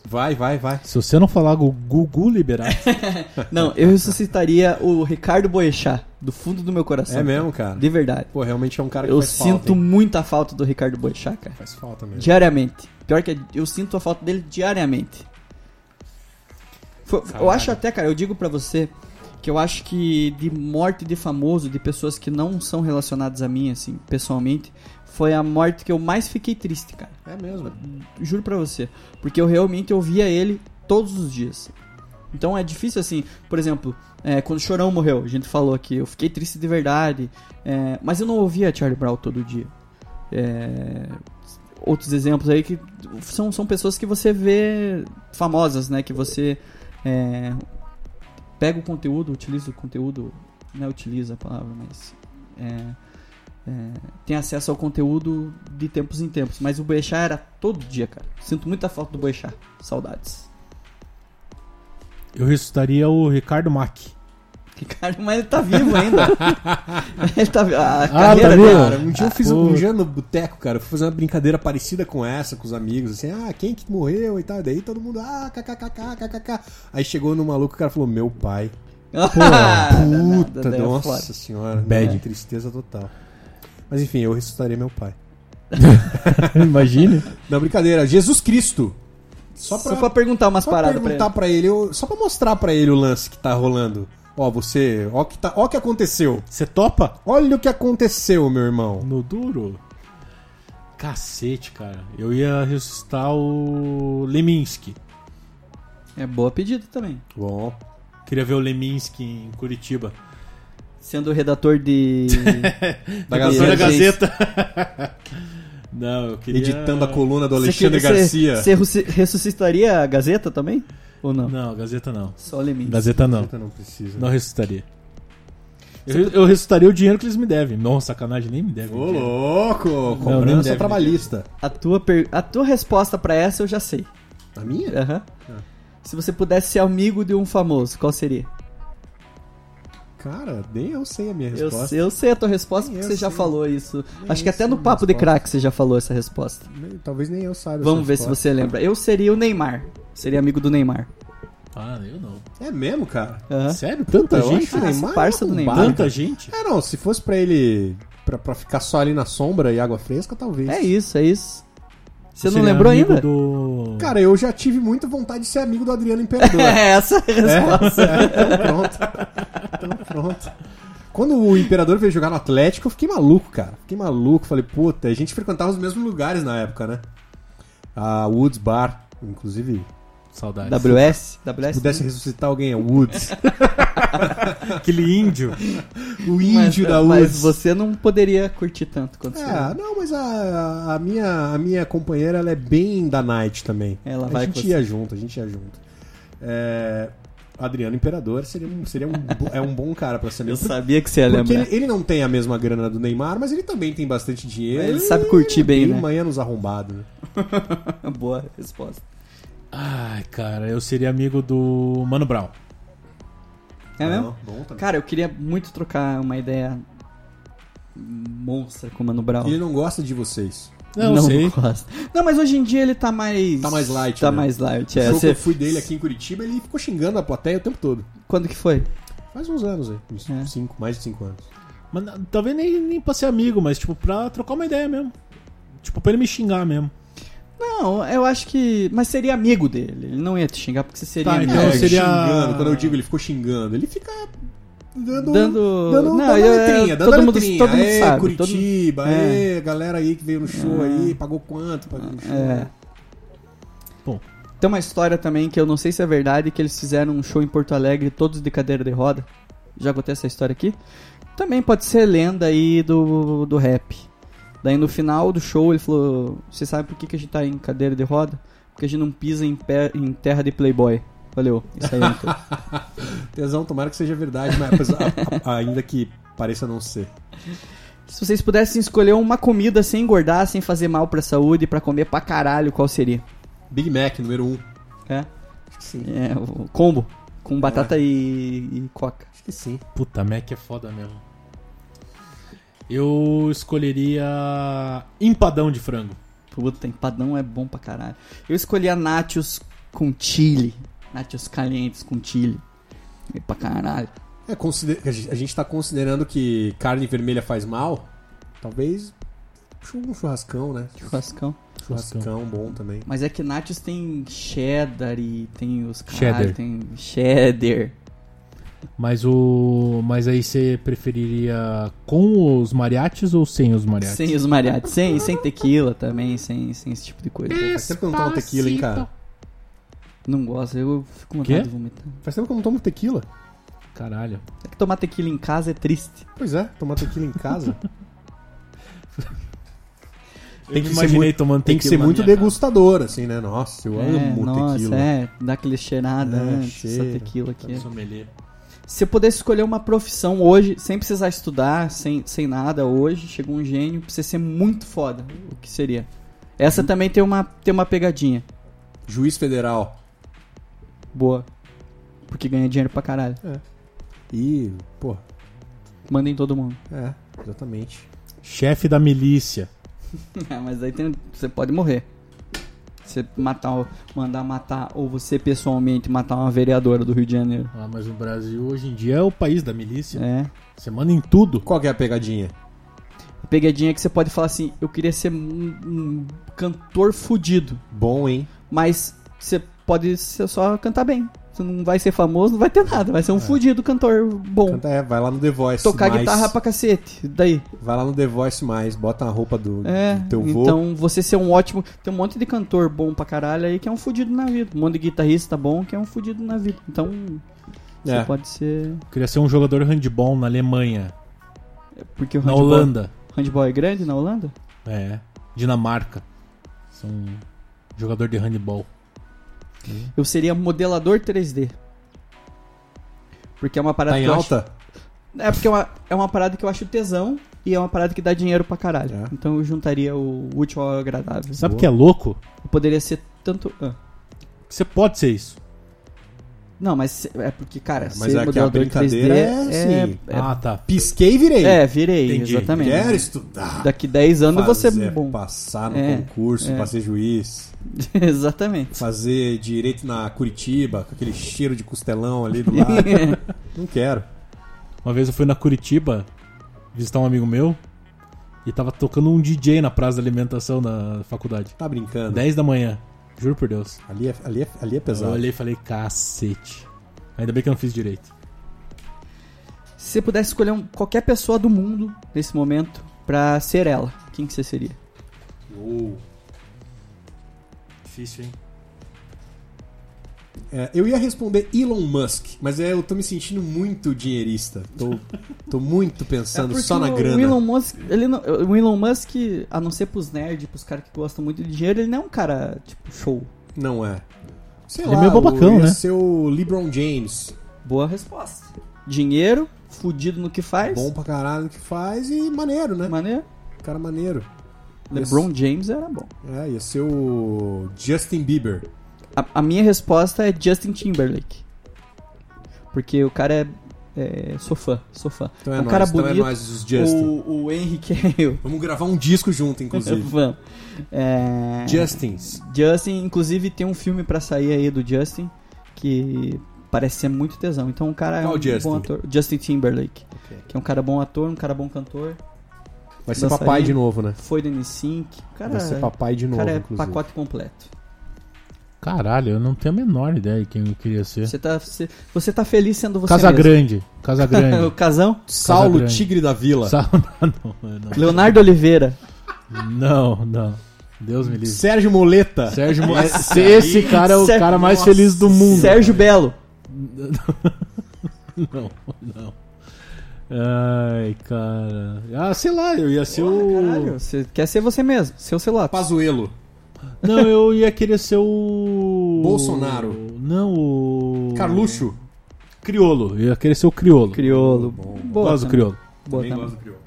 S3: Vai, vai, vai.
S4: Se você não falar o Gugu liberar,
S2: Não, eu ressuscitaria o Ricardo Boechat, do fundo do meu coração.
S3: É mesmo, cara.
S2: De verdade.
S3: Pô, realmente é um cara que
S2: Eu
S3: faz falta.
S2: sinto muita falta do Ricardo Boechat, cara.
S3: Faz falta mesmo.
S2: Diariamente. Pior que eu sinto a falta dele diariamente. Foi- eu acho até, cara, eu digo pra você que eu acho que de morte de famoso, de pessoas que não são relacionadas a mim, assim, pessoalmente, foi a morte que eu mais fiquei triste, cara.
S3: É mesmo.
S2: Juro pra você. Porque eu realmente ouvia ele todos os dias. Então é difícil assim, por exemplo, é, quando Chorão morreu, a gente falou aqui, eu fiquei triste de verdade, é, mas eu não ouvia Charlie Brown todo dia. É, outros exemplos aí que são, são pessoas que você vê famosas, né? Que você é, pega o conteúdo, utiliza o conteúdo, não é utiliza a palavra, mas é, é, tem acesso ao conteúdo de tempos em tempos. Mas o Boechat era todo dia, cara. Sinto muita falta do Boechat. Saudades.
S4: Eu ressuscitaria o Ricardo Mack.
S2: Ricardo, mas ele tá vivo ainda. ele tá vivo.
S3: Ah,
S2: A
S4: tá
S2: carreira
S4: vivo.
S2: dele-
S4: Cara,
S3: um dia eu fiz
S2: Ah,
S4: pô.
S3: um dia no boteco, cara, eu fui fazer uma brincadeira parecida com essa, com os amigos, assim, ah, quem que morreu e tal. Daí todo mundo, ah, kkkk, kkk. Aí chegou no maluco, o cara falou, meu pai. Puta,
S2: Danada, daí é
S3: nossa
S2: foda.
S3: senhora.
S4: Bad.
S3: né? Tristeza total. Mas enfim, eu ressuscitaria meu pai.
S4: Imagine.
S3: Não, brincadeira, Jesus Cristo. Só pra,
S2: Só pra perguntar umas
S3: só
S2: paradas pra ele.
S3: perguntar pra ele, eu- só pra mostrar pra ele o lance que tá rolando. Ó, você, ó que tá, ó que aconteceu.
S4: Você topa?
S3: Olha o que aconteceu, meu irmão.
S4: No duro? Cacete, cara. Eu ia ressuscitar o Leminski.
S2: É boa pedida também.
S3: Bom,
S4: Queria ver o Leminski em Curitiba.
S2: Sendo redator de.
S3: da
S4: Sou
S3: Gazeta,
S4: da Gazeta. Não, eu queria...
S3: editando a coluna do
S2: Você-
S3: Alexandre
S2: você-
S3: Garcia.
S2: Você ressusci- ressuscitaria a Gazeta também? Ou não?
S4: Não, Gazeta não.
S2: Só o Leminski.
S4: Gazeta não.
S3: Gazeta não precisa.
S4: Não ressuscitaria. Eu, eu ressuscitaria o dinheiro que eles me devem. Não, sacanagem, nem me devem.
S3: Ô, louco,
S4: nem
S3: cobrança
S4: deve.
S3: trabalhista.
S2: A tua, per- a tua resposta pra essa eu já sei.
S3: A minha?
S2: Aham. Se você pudesse ser amigo de um famoso, qual seria?
S3: Cara, nem eu sei a minha
S2: Eu,
S3: resposta.
S2: eu sei a tua resposta
S3: Nem
S2: porque
S3: eu
S2: você já
S3: sei.
S2: falou isso.
S3: Nem
S2: Acho que
S3: eu
S2: até
S3: sei
S2: no
S3: minha
S2: Papo de
S3: resposta.
S2: Crack você já falou essa resposta.
S3: Nem- Talvez nem eu saiba.
S2: Vamos
S3: essa
S2: ver se
S3: resposta.
S2: você lembra. Eu seria o Neymar. Seria amigo do Neymar.
S4: Ah, eu não.
S3: É mesmo, cara?
S2: Aham.
S4: Sério?
S3: Tanta
S4: Tanta
S3: gente,
S4: gente?
S2: Ah,
S3: Neymar.
S2: parça
S3: é
S2: do
S3: um
S2: Neymar.
S3: barco.
S4: Tanta gente?
S3: É, não, se fosse pra ele. Pra, pra ficar só ali na sombra e água fresca, talvez.
S2: É isso, é isso. Você não
S4: Seria
S2: lembrou
S4: amigo
S2: ainda?
S4: Do...
S3: Cara, eu já tive muita vontade de ser amigo do Adriano Imperador.
S2: É essa a resposta.
S3: Então pronto. Então pronto. Quando o Imperador veio jogar no Atlético, eu fiquei maluco, cara. Fiquei maluco. Falei, puta, a gente frequentava os mesmos lugares na época, né? A Woods Bar, inclusive.
S4: Saudades.
S2: WS?
S3: Se
S2: WS?
S3: pudesse ressuscitar alguém, é Woods.
S4: Aquele índio.
S3: O
S2: Mas- é,
S3: índio da
S2: mas
S3: Woods.
S2: você não poderia curtir tanto quanto
S3: É,
S2: você.
S3: não, mas a, a, minha, a minha companheira, ela é bem da Night também.
S2: Ela
S3: a
S2: vai
S3: gente
S2: com
S3: ia junto, a gente ia junto. É, Adriano Imperador seria, um- seria um, bo- é um bom cara pra ser
S2: Eu
S3: amigo.
S2: sabia que você ia
S3: Porque
S2: lembrar.
S3: ele, ele não tem a mesma grana do Neymar, mas ele também tem bastante dinheiro.
S2: Ele sabe curtir bem,
S3: Tem
S2: né?
S3: manhã nos arrombado, né?
S2: Boa resposta.
S4: Ai, cara, eu seria amigo do Mano Brown.
S2: É mesmo?
S3: Não, bom também.
S2: Cara, eu queria muito trocar uma ideia monstra com o Mano Brown.
S3: Ele não gosta de vocês.
S4: Não, sei.
S2: gosto. Não, mas hoje em dia ele tá mais.
S3: Tá mais light,
S2: Tá
S3: né?
S2: mais light.
S3: O
S2: É.
S3: show que
S2: Você-
S3: eu fui dele aqui em Curitiba, ele ficou xingando a plateia o tempo todo.
S2: Quando que foi?
S3: Faz uns anos aí. Uns
S2: É.
S3: cinco, mais de cinco anos.
S4: Mas, na- talvez nem, nem pra ser amigo, mas tipo, pra trocar uma ideia mesmo. Tipo, pra ele me xingar mesmo.
S2: Não, eu acho que. Mas seria amigo dele. Ele não ia te xingar porque você Ah, seria
S4: Tá,
S2: amigo.
S4: então
S3: É,
S4: seria-
S3: xingando. Quando eu digo ele ficou xingando, ele fica dando
S2: Dando-
S3: dando,
S2: Não,
S3: dando
S2: eu- eu-
S3: letrinha, dando
S2: todo mundo-
S3: letrinha.
S2: todo É. mundo
S3: Aê,
S2: sabe,
S3: Curitiba,
S2: todo-
S3: aê, galera aí que veio no show aí, pagou quanto pra vir no show.
S2: É.
S4: Bom.
S2: Tem uma história também que eu não sei se é verdade, que eles fizeram um show em Porto Alegre, todos de cadeira de roda. Já contei essa história aqui. Também pode ser lenda aí do, do rap. Daí no final do show ele falou: Você sabe por que, que a gente tá em cadeira de roda? Porque a gente não pisa em, pé- em terra de playboy. Valeu. Isso aí, então.
S3: Tesão, tomara que seja verdade, mas apesar- a- a- ainda que pareça não ser.
S2: Se vocês pudessem escolher uma comida sem engordar, sem fazer mal pra saúde, pra comer pra caralho, qual seria?
S3: Big Mac, número 1. Um.
S2: É,
S3: Acho que sim.
S2: é o combo. Com batata e, e coca.
S3: Acho que sim.
S4: Puta, Mac é foda mesmo. Eu escolheria empadão de frango.
S2: Puta, empadão é bom pra caralho. Eu escolhi a Nachos com chile. Nachos calientes com chile. É pra caralho.
S3: É, consider- a gente- a gente tá considerando que carne vermelha faz mal. Talvez chu- um churrascão, né?
S2: Churrascão.
S3: Churrascão bom também.
S2: Mas é que Nachos tem cheddar e tem os
S4: Cheddar.
S2: caralho, tem cheddar.
S4: Mas o. Mas aí você preferiria com os mariachis ou sem os mariachis?
S2: Sem os mariachi, sem, sem tequila também, sem, sem esse tipo de coisa.
S3: Faz tempo que eu não tomo tequila, hein, cara?
S2: Não gosto, eu fico com
S4: Quê?
S2: vontade de vomitar.
S3: Faz tempo que eu não tomo tequila.
S4: Caralho.
S2: É que tomar tequila em casa é triste.
S3: Pois é, tomar tequila em casa. tem
S4: me
S3: que ser
S4: imaginei
S3: muito,
S4: tomando
S3: tem que
S4: tequila
S3: ser
S4: na
S3: muito
S4: minha
S3: degustador, assim, né? Nossa, eu
S2: é,
S3: amo
S2: nossa,
S3: tequila.
S2: é, dá aquele cheirada,
S3: É, tá
S2: né?
S3: cheira,
S2: essa tequila aqui.
S4: Sommelier.
S2: Se eu pudesse escolher uma profissão hoje, sem precisar estudar, sem, sem nada hoje, chegou um gênio, pra você ser muito foda, o que seria?
S3: Uhum.
S2: Essa também tem uma, tem uma pegadinha
S3: Juiz federal.
S2: boa. Porque ganha dinheiro pra caralho.
S3: É. E, pô,
S2: Manda em todo mundo.
S3: é, exatamente.
S4: Chefe da milícia.
S2: Ah, mas aí tem- você pode morrer. Você matar, o- mandar matar, ou você pessoalmente matar uma vereadora do Rio de Janeiro.
S4: Ah, mas o Brasil hoje em dia é o país da milícia.
S2: É.
S4: Você manda em tudo.
S3: Qual que é a pegadinha?
S2: A pegadinha é que você pode falar assim, eu queria ser um, um cantor fudido.
S3: Bom, hein?
S2: Mas você pode ser só cantar bem. Você não vai ser famoso, não vai ter nada. Vai ser um fudido cantor bom.
S3: É. Canta, é, vai lá no The Voice.
S2: Tocar
S3: mais.
S2: guitarra pra cacete. Daí.
S3: Vai lá no The Voice mais, bota a roupa do,
S2: É.
S3: do teu vô.
S2: Então você ser um ótimo. Tem um monte de cantor bom pra caralho aí que é um fudido na vida. Um monte de guitarrista bom que é um fudido na vida. Então. Você
S3: É.
S2: pode ser.
S4: Eu queria ser um jogador handball na Alemanha,
S2: Porque o
S4: na
S2: handball-
S4: Holanda,
S2: Handball é grande na Holanda?
S4: é, Dinamarca. Ser um jogador de handball.
S2: Eu seria modelador 3D. Porque é uma parada
S3: tá em
S2: que eu acho-
S3: alta?
S2: É porque é uma, é uma parada que eu acho tesão e é uma parada que dá dinheiro pra caralho.
S3: É.
S2: Então eu juntaria o útil ao agradável.
S4: Sabe o
S3: Boa.
S4: que é louco?
S2: Eu poderia ser tanto. ah.
S4: Você pode ser isso.
S2: Não, mas se- é porque, cara,
S3: É,
S2: ser
S3: mas é que a
S2: modelador 3D
S3: brincadeira é assim.
S2: é,
S4: Ah, tá.
S3: Pisquei e virei.
S2: é, virei,
S4: Entendi.
S2: exatamente.
S3: Quero estudar.
S2: Daqui 10 anos você
S3: fazer,
S2: é bom.
S3: passar no
S2: É,
S3: concurso,
S2: é.
S3: pra ser juiz,
S2: exatamente.
S3: fazer direito na Curitiba, com aquele cheiro de costelão ali do lado. Não quero.
S4: Uma vez eu fui na Curitiba visitar um amigo meu e tava tocando um DJ na praça de alimentação da faculdade.
S3: Tá brincando.
S4: 10 da manhã. Juro por Deus.
S3: Ali é, ali, é, ali é
S4: Eu
S3: pesado.
S4: olhei e falei, cacete. Ainda bem que eu não fiz direito.
S2: Se você pudesse escolher um- qualquer pessoa do mundo nesse momento pra ser ela, quem que você seria?
S3: É
S4: Difícil, hein?
S3: É, eu ia responder Elon Musk, mas é, eu tô me sentindo muito dinheirista. Tô, tô muito pensando só na
S2: É o,
S3: grana.
S2: O Elon Musk, ele não- o Elon Musk, a não ser pros nerds, pros caras que gostam muito de dinheiro, ele não é um cara, tipo, show.
S3: Não é. Sei
S4: Ele é
S3: lá,
S4: meio babacão,
S3: eu ia
S4: né?
S3: ser o LeBron James.
S2: Boa resposta. Dinheiro, fudido no que faz.
S3: Bom pra caralho que faz e maneiro, né?
S2: maneiro.
S3: Cara maneiro.
S2: LeBron James era bom.
S3: É, ia ser o Justin Bieber.
S2: A, a minha resposta é Justin Timberlake. Porque o cara é. é sou fã, sou fã.
S3: Então é
S2: é um
S3: nóis,
S2: cara
S3: então é
S2: bonito.
S3: nóis os Justin.
S2: o, é o Henry Cavill.
S3: Vamos gravar um disco junto, inclusive.
S2: Vamos. É...
S3: Justins.
S2: Justin, inclusive, tem um filme pra sair aí do Justin que parece ser muito tesão. Então o cara é
S3: Qual
S2: um
S3: Justin?
S2: bom ator. Justin Timberlake. Que é um cara bom ator, um cara bom cantor.
S3: Vai ser
S2: Dançarino.
S3: papai de novo, né?
S2: Foi do N5. O Cara,
S3: Vai ser papai de
S2: o
S3: novo,
S2: cara é
S3: inclusive.
S2: pacote completo.
S4: Caralho, eu não tenho a menor ideia de quem eu queria ser.
S2: Você tá, você, você tá feliz sendo você
S4: É. Casa
S2: mesmo.
S4: Grande. Casa
S2: É, o
S4: Grande.
S2: casão?
S3: Saulo
S4: Casagrande.
S3: Tigre da Vila.
S4: Sa- não,
S2: Leonardo Oliveira.
S4: não, não, não. Deus me livre.
S3: Sérgio Moleta.
S4: Sérgio Mo... Esse, esse cara é o
S2: Sér-
S4: cara mais
S2: Nossa.
S4: feliz do mundo.
S2: Sérgio Belo.
S4: Não, não. Ai, cara. Ah, sei lá, eu ia ser o.
S2: Caralho, você quer ser você mesmo, seu celular.
S3: Pazuelo.
S4: Não, eu ia querer ser o.
S3: Bolsonaro.
S4: Não, o.
S3: Carluxo.
S4: Criolo. Eu ia querer ser o Criolo.
S2: Criolo. Boa,
S4: Gosto do
S2: também.
S4: Criolo.
S2: Boa também.
S3: do crioulo.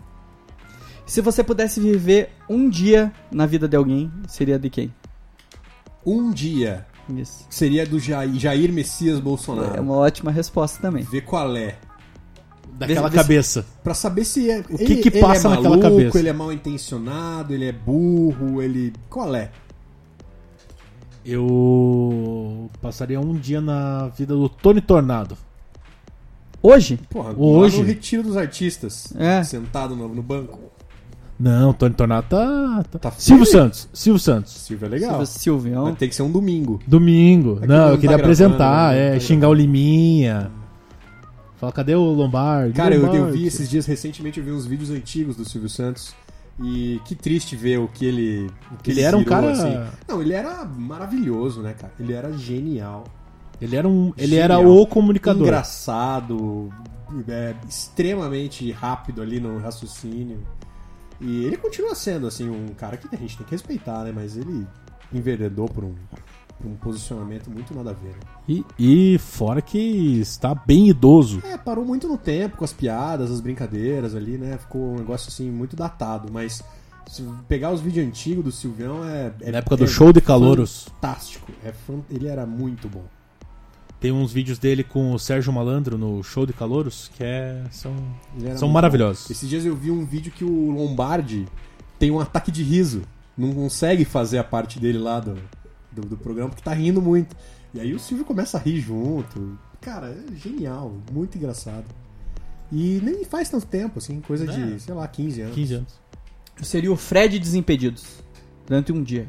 S2: Se você pudesse viver um dia na vida de alguém, seria de quem?
S3: Um dia
S2: Isso.
S3: seria do Jair, Jair Messias Bolsonaro.
S2: É uma ótima resposta também.
S3: Ver qual é.
S4: Daquela
S2: Vê- vê se-
S4: cabeça.
S3: Pra saber se é. O
S4: que que passa
S3: ele é
S4: naquela
S3: maluco,
S4: cabeça?
S3: Ele é mal intencionado, ele é burro, ele. Qual é?
S4: Eu passaria um dia na vida do Tony Tornado.
S2: Hoje?
S3: Porra, lá
S4: Hoje?
S3: no retiro dos artistas.
S2: É.
S3: Sentado no, no banco.
S4: Não, Tony Tornado tá. tá...
S3: Tá
S4: Silvio
S3: feio.
S4: Santos. Silvio Santos.
S3: Silvio é legal.
S2: Silvio- Silvião.
S3: Vai ter que ser um domingo.
S4: Domingo.
S3: que
S4: não,
S3: não
S4: eu queria
S3: tá
S4: apresentar,
S3: gravando, não
S4: é,
S3: tá
S4: xingar o Liminha. Fala, cadê o Lombardi?
S3: Cara, eu, eu
S4: Lombardi.
S3: vi esses dias, recentemente, eu vi uns vídeos antigos do Silvio Santos. E que triste ver o que ele. O que
S4: Ele era um
S3: virou, assim.
S4: cara-
S3: Não, ele era maravilhoso, né, cara? Ele era genial.
S4: Ele era um. Ele era
S3: Genial.
S4: o comunicador.
S3: Engraçado, é, extremamente rápido ali no raciocínio. E ele continua sendo, assim, um cara que a gente tem que respeitar, né? Mas ele enveredou por um, por um posicionamento muito nada a ver. né?
S4: E, e fora que está bem idoso.
S3: É, parou muito no tempo com as piadas, as brincadeiras ali, né? Ficou um negócio, assim, muito datado. Mas se pegar os vídeos antigos do Silvião é... é
S4: Na época
S3: é
S4: do show de calouros,
S3: Fantástico. É fan- Ele era muito bom.
S4: tem uns vídeos dele com o Sérgio Malandro no show de calouros que é, são,
S3: Ele era
S4: são
S3: muito
S4: maravilhosos.
S3: bom. Esses dias eu vi um vídeo que o Lombardi tem um ataque de riso. Não consegue fazer a parte dele lá do, do, do programa porque tá rindo muito. E aí o Silvio começa a rir junto. Cara, é genial. Muito engraçado. E nem faz tanto tempo, assim, coisa
S4: é?
S3: de, sei lá, 15 anos.
S4: 15 anos.
S2: Seria o Fred Desimpedidos. Durante um dia.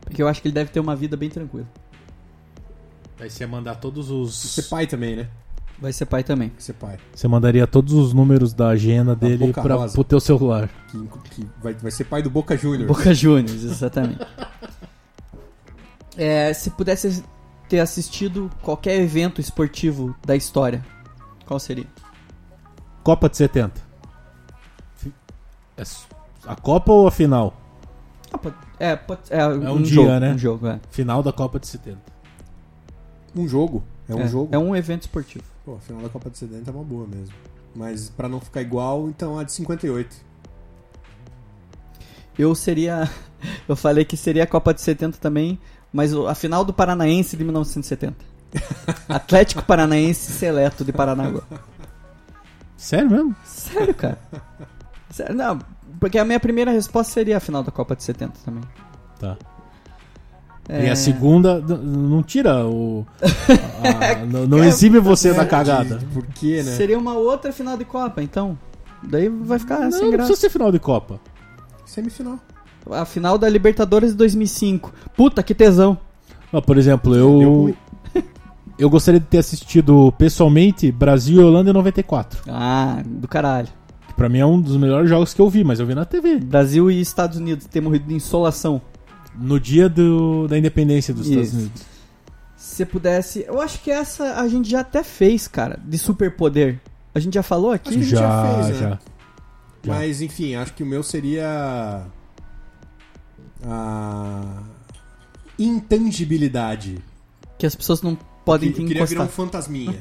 S2: Porque eu acho que ele deve ter uma vida bem tranquila.
S4: Aí você ia mandar todos os.
S3: Ser pai também, né?
S2: Vai ser pai também.
S3: Ser pai.
S4: Você mandaria todos os números da agenda dele
S3: Boca
S4: para
S3: Rosa.
S4: pro teu celular.
S3: Que, que vai, vai ser pai do Boca Júnior.
S2: Boca Juniors, exatamente. É, se pudesse ter assistido qualquer evento esportivo da história, qual seria?
S4: Copa de 70. Fi- é s- A Copa ou a final?
S2: Ah, pode- é, pode- é,
S4: um
S2: um,
S4: dia,
S2: jogo,
S4: né?
S2: Um jogo, é.
S4: Final da Copa de 70.
S3: Um jogo. É um
S2: é,
S3: jogo.
S2: É um evento esportivo.
S3: Pô, a final da Copa de 70 é uma boa mesmo. Mas pra não ficar igual, então a de 58.
S2: Eu seria. Eu falei que seria a Copa de 70 também, mas o- a final do Paranaense de 1970. Atlético Paranaense Seleto de Paranaguá.
S4: Sério mesmo?
S2: Sério, cara? Sério, não, porque a minha primeira resposta seria a final da Copa de 70 também.
S4: Tá.
S3: É.
S4: E a segunda n- n- não tira o. a- a- n- não exime você da cagada.
S3: É, De- Por quê, né?
S2: Seria uma outra final de Copa, então. Daí vai ficar
S4: Não,
S2: sem
S4: não
S2: graça.
S4: precisa ser final de Copa.
S3: Semifinal.
S2: A final da Libertadores de 2005. Puta, que tesão.
S4: Ah, por exemplo,
S3: Deu
S4: eu.
S3: ruim.
S4: Eu gostaria de ter assistido pessoalmente Brasil e Holanda em 94.
S2: Ah, do caralho.
S4: Que pra mim é um dos melhores jogos que eu vi, mas eu vi na TV.
S2: Brasil e Estados Unidos ter morrido de insolação.
S4: No dia do- da independência dos Estados
S2: Isso.
S4: Unidos.
S2: Se pudesse. Eu acho que essa a gente já até fez, cara, de superpoder. A gente já falou
S3: Acho que a
S2: aqui?
S3: gente já fez, né?
S4: Já.
S3: Mas, enfim, acho que o meu seria. A. Intangibilidade.
S2: Que as pessoas não podem
S3: Eu
S2: te
S3: queria virar
S2: encostar.
S3: um fantasminha.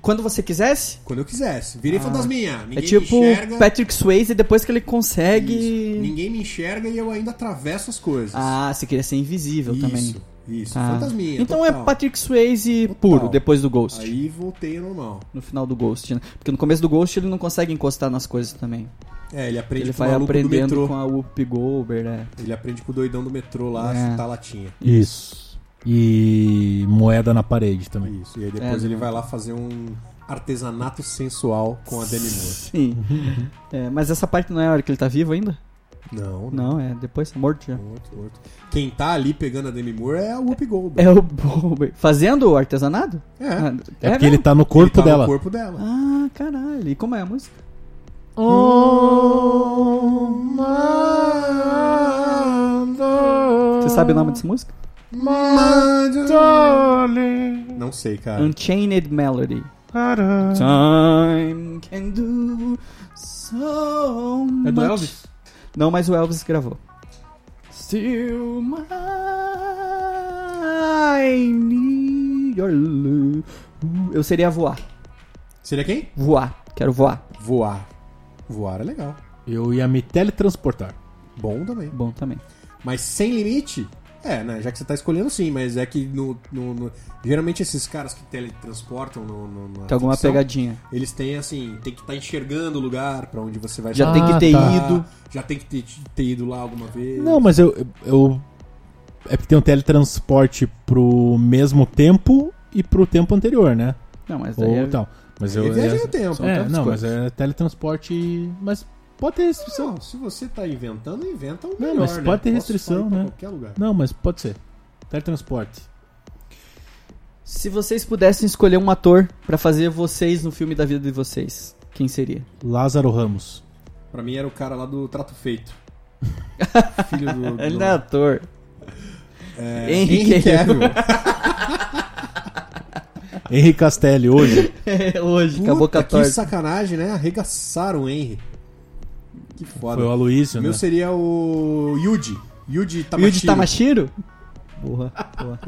S2: Quando você quisesse,
S3: Quando eu quisesse. Virei fantasminha. Ninguém
S2: é tipo
S3: me enxerga.
S2: Patrick Swayze depois que ele
S3: Isso.
S2: consegue.
S3: Ninguém me enxerga e eu ainda atravesso as coisas.
S2: Ah, você queria ser invisível
S3: isso,
S2: também.
S3: Isso.
S2: Ah.
S3: Fantasminha.
S2: Então é
S3: total.
S2: Patrick Swayze
S3: Total.
S2: puro, depois do Ghost.
S3: Aí voltei ao normal.
S2: No final do Ghost, né? Porque no começo do Ghost ele não consegue encostar nas coisas também.
S3: É, ele aprende
S2: Ele
S3: com o
S2: vai
S3: maluco do metrô.
S2: aprendendo com a Whoopi Goldberg, né?
S3: Ele aprende com o doidão do metrô lá
S2: É.
S3: a chutar latinha.
S4: Isso. E moeda na parede também.
S3: Isso. E aí depois
S2: É.
S3: ele vai lá fazer um artesanato sensual com a Demi Moore.
S2: Sim. É, mas essa parte não é a hora que ele tá vivo ainda?
S3: Não, não.
S2: Não, é depois, tá morto já.
S3: Outro, outro. Quem tá ali pegando a Demi Moore é a Whoopi Goldberg.
S2: É o Goldberg. Fazendo o artesanato?
S3: É.
S2: Ah,
S4: É, porque ele
S2: mesmo?
S4: tá no
S3: Ele
S4: corpo
S3: tá
S4: dela.
S3: No corpo dela.
S2: Ah, caralho. E como é a música? Você sabe o nome dessa música? Ah.
S3: Não sei, cara.
S2: Unchained Melody. Time can do so much.
S4: É do Elvis?
S2: Não, mas o Elvis gravou. Still my need your love. Eu seria voar.
S3: Seria quem?
S2: Voar. Quero voar.
S3: Voar. Voar é legal.
S4: Eu ia me teletransportar.
S3: Bom também.
S2: Bom também.
S3: Mas sem limite? É, né? Já que você tá escolhendo sim, mas é que no, no- no- geralmente esses caras que teletransportam no, no, na
S2: Tem alguma
S3: ficção,
S2: pegadinha.
S3: Eles têm assim, tem que estar enxergando o lugar pra onde você vai
S2: Já
S4: Ah,
S2: tem que ter
S4: tá.
S2: ido.
S3: Já tem que ter, ter ido lá alguma vez.
S4: Não, mas eu, eu. É porque tem um teletransporte pro mesmo tempo e pro tempo anterior, né?
S2: Não, mas daí
S4: Ou
S2: é...
S4: tal. Mas eu.
S3: Ele viaja
S4: é-
S3: no tempo.
S4: é,
S3: tantas
S4: não,
S3: coisas.
S4: mas é teletransporte. Mas pode ter restrição.
S3: Não, se você tá inventando, inventa um
S4: Não,
S3: melhor,
S4: mas
S3: né?
S4: pode ter
S3: Posso
S4: restrição,
S3: sair pra
S4: né?
S3: qualquer lugar.
S4: Não, mas pode ser. Teletransporte.
S2: Se vocês pudessem escolher um ator pra fazer vocês no filme da vida de vocês, quem seria?
S4: Lázaro Ramos.
S3: Pra mim era o cara lá do Trato Feito. Filho do... do
S2: Ele não é ator.
S3: é,
S2: Henry
S3: Henry Cavill.
S4: Henrique Castelli, hoje.
S2: É, hoje,
S3: Puta,
S2: acabou
S3: que
S2: 14.
S3: sacanagem, né? Arregaçaram o Henry. que foda.
S4: Foi o Aloysio,
S3: O meu
S4: né?
S3: seria o Yuji. Yuji Tamashiro.
S2: Yuji Tamashiro? Porra, porra.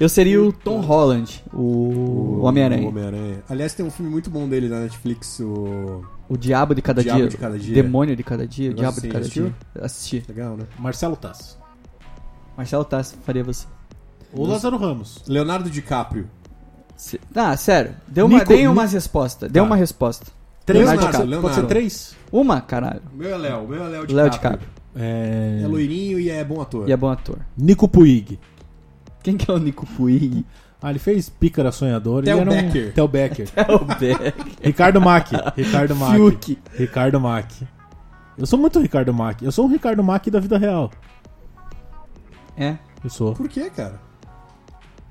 S2: Eu seria o Tom Holland, o, o
S3: O
S2: Homem-Aranha.
S3: Homem-Aranha. Aliás, tem um filme muito bom dele na Netflix, o...
S2: O Diabo de Cada
S3: Diabo
S2: Dia.
S3: de Cada Dia.
S2: Demônio de Cada Dia.
S3: Negócio
S2: Diabo de
S3: assim,
S2: Cada
S3: assistiu?
S2: Dia. Assisti.
S3: Legal, né?
S4: Marcelo Tassi.
S2: Marcelo Tassi faria você.
S4: Ou Lázaro Ramos.
S3: Leonardo DiCaprio.
S2: Se- Ah, sério. Dê uma,
S4: Nico-
S2: dei uma
S4: Ni-
S2: resposta. Dê
S4: Tá.
S2: uma resposta.
S4: Três,
S2: Leonardo
S4: Marcelo?
S3: DiCaprio.
S4: Pode ser três?
S2: Uma, caralho.
S3: O meu é Léo, o meu é Léo DiCaprio.
S2: Léo DiCaprio.
S4: É...
S3: É loirinho e é bom ator.
S2: E é bom ator.
S4: Nico Puig.
S2: Quem que é o Nico Puig?
S4: Ah, ele fez Pícara Sonhador.
S3: Theo
S4: ele era um...
S3: Becker.
S4: Theo Becker.
S2: É o Beck.
S4: Ricardo Mack. Ricardo Mack.
S2: Fiuk.
S4: Ricardo Mack. Eu sou muito Ricardo Mack. Eu sou um Ricardo Mack da vida real.
S2: É.
S4: Eu sou.
S3: Por que, cara?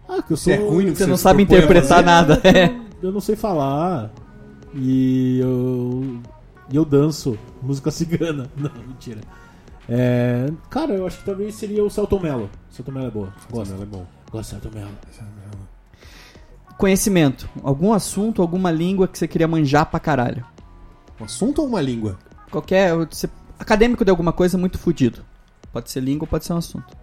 S4: Ah, que eu
S3: Você é ruim no que
S2: Você não
S3: se
S2: sabe
S3: propõe a
S2: interpretar
S3: fazer?
S2: nada. É.
S4: Eu não sei falar. E eu. E eu danço música cigana. Não, mentira. É, cara, eu acho que também seria o Celton Mello. Celton Mello é boa. Gosto.
S3: Ela é bom.
S4: Gosto do Celton Mello.
S2: Conhecimento. Algum assunto, alguma língua que você queria manjar pra caralho.
S3: Um assunto ou uma língua?
S2: Qualquer. você- acadêmico de alguma coisa muito fudido. Pode ser língua, pode ser um assunto.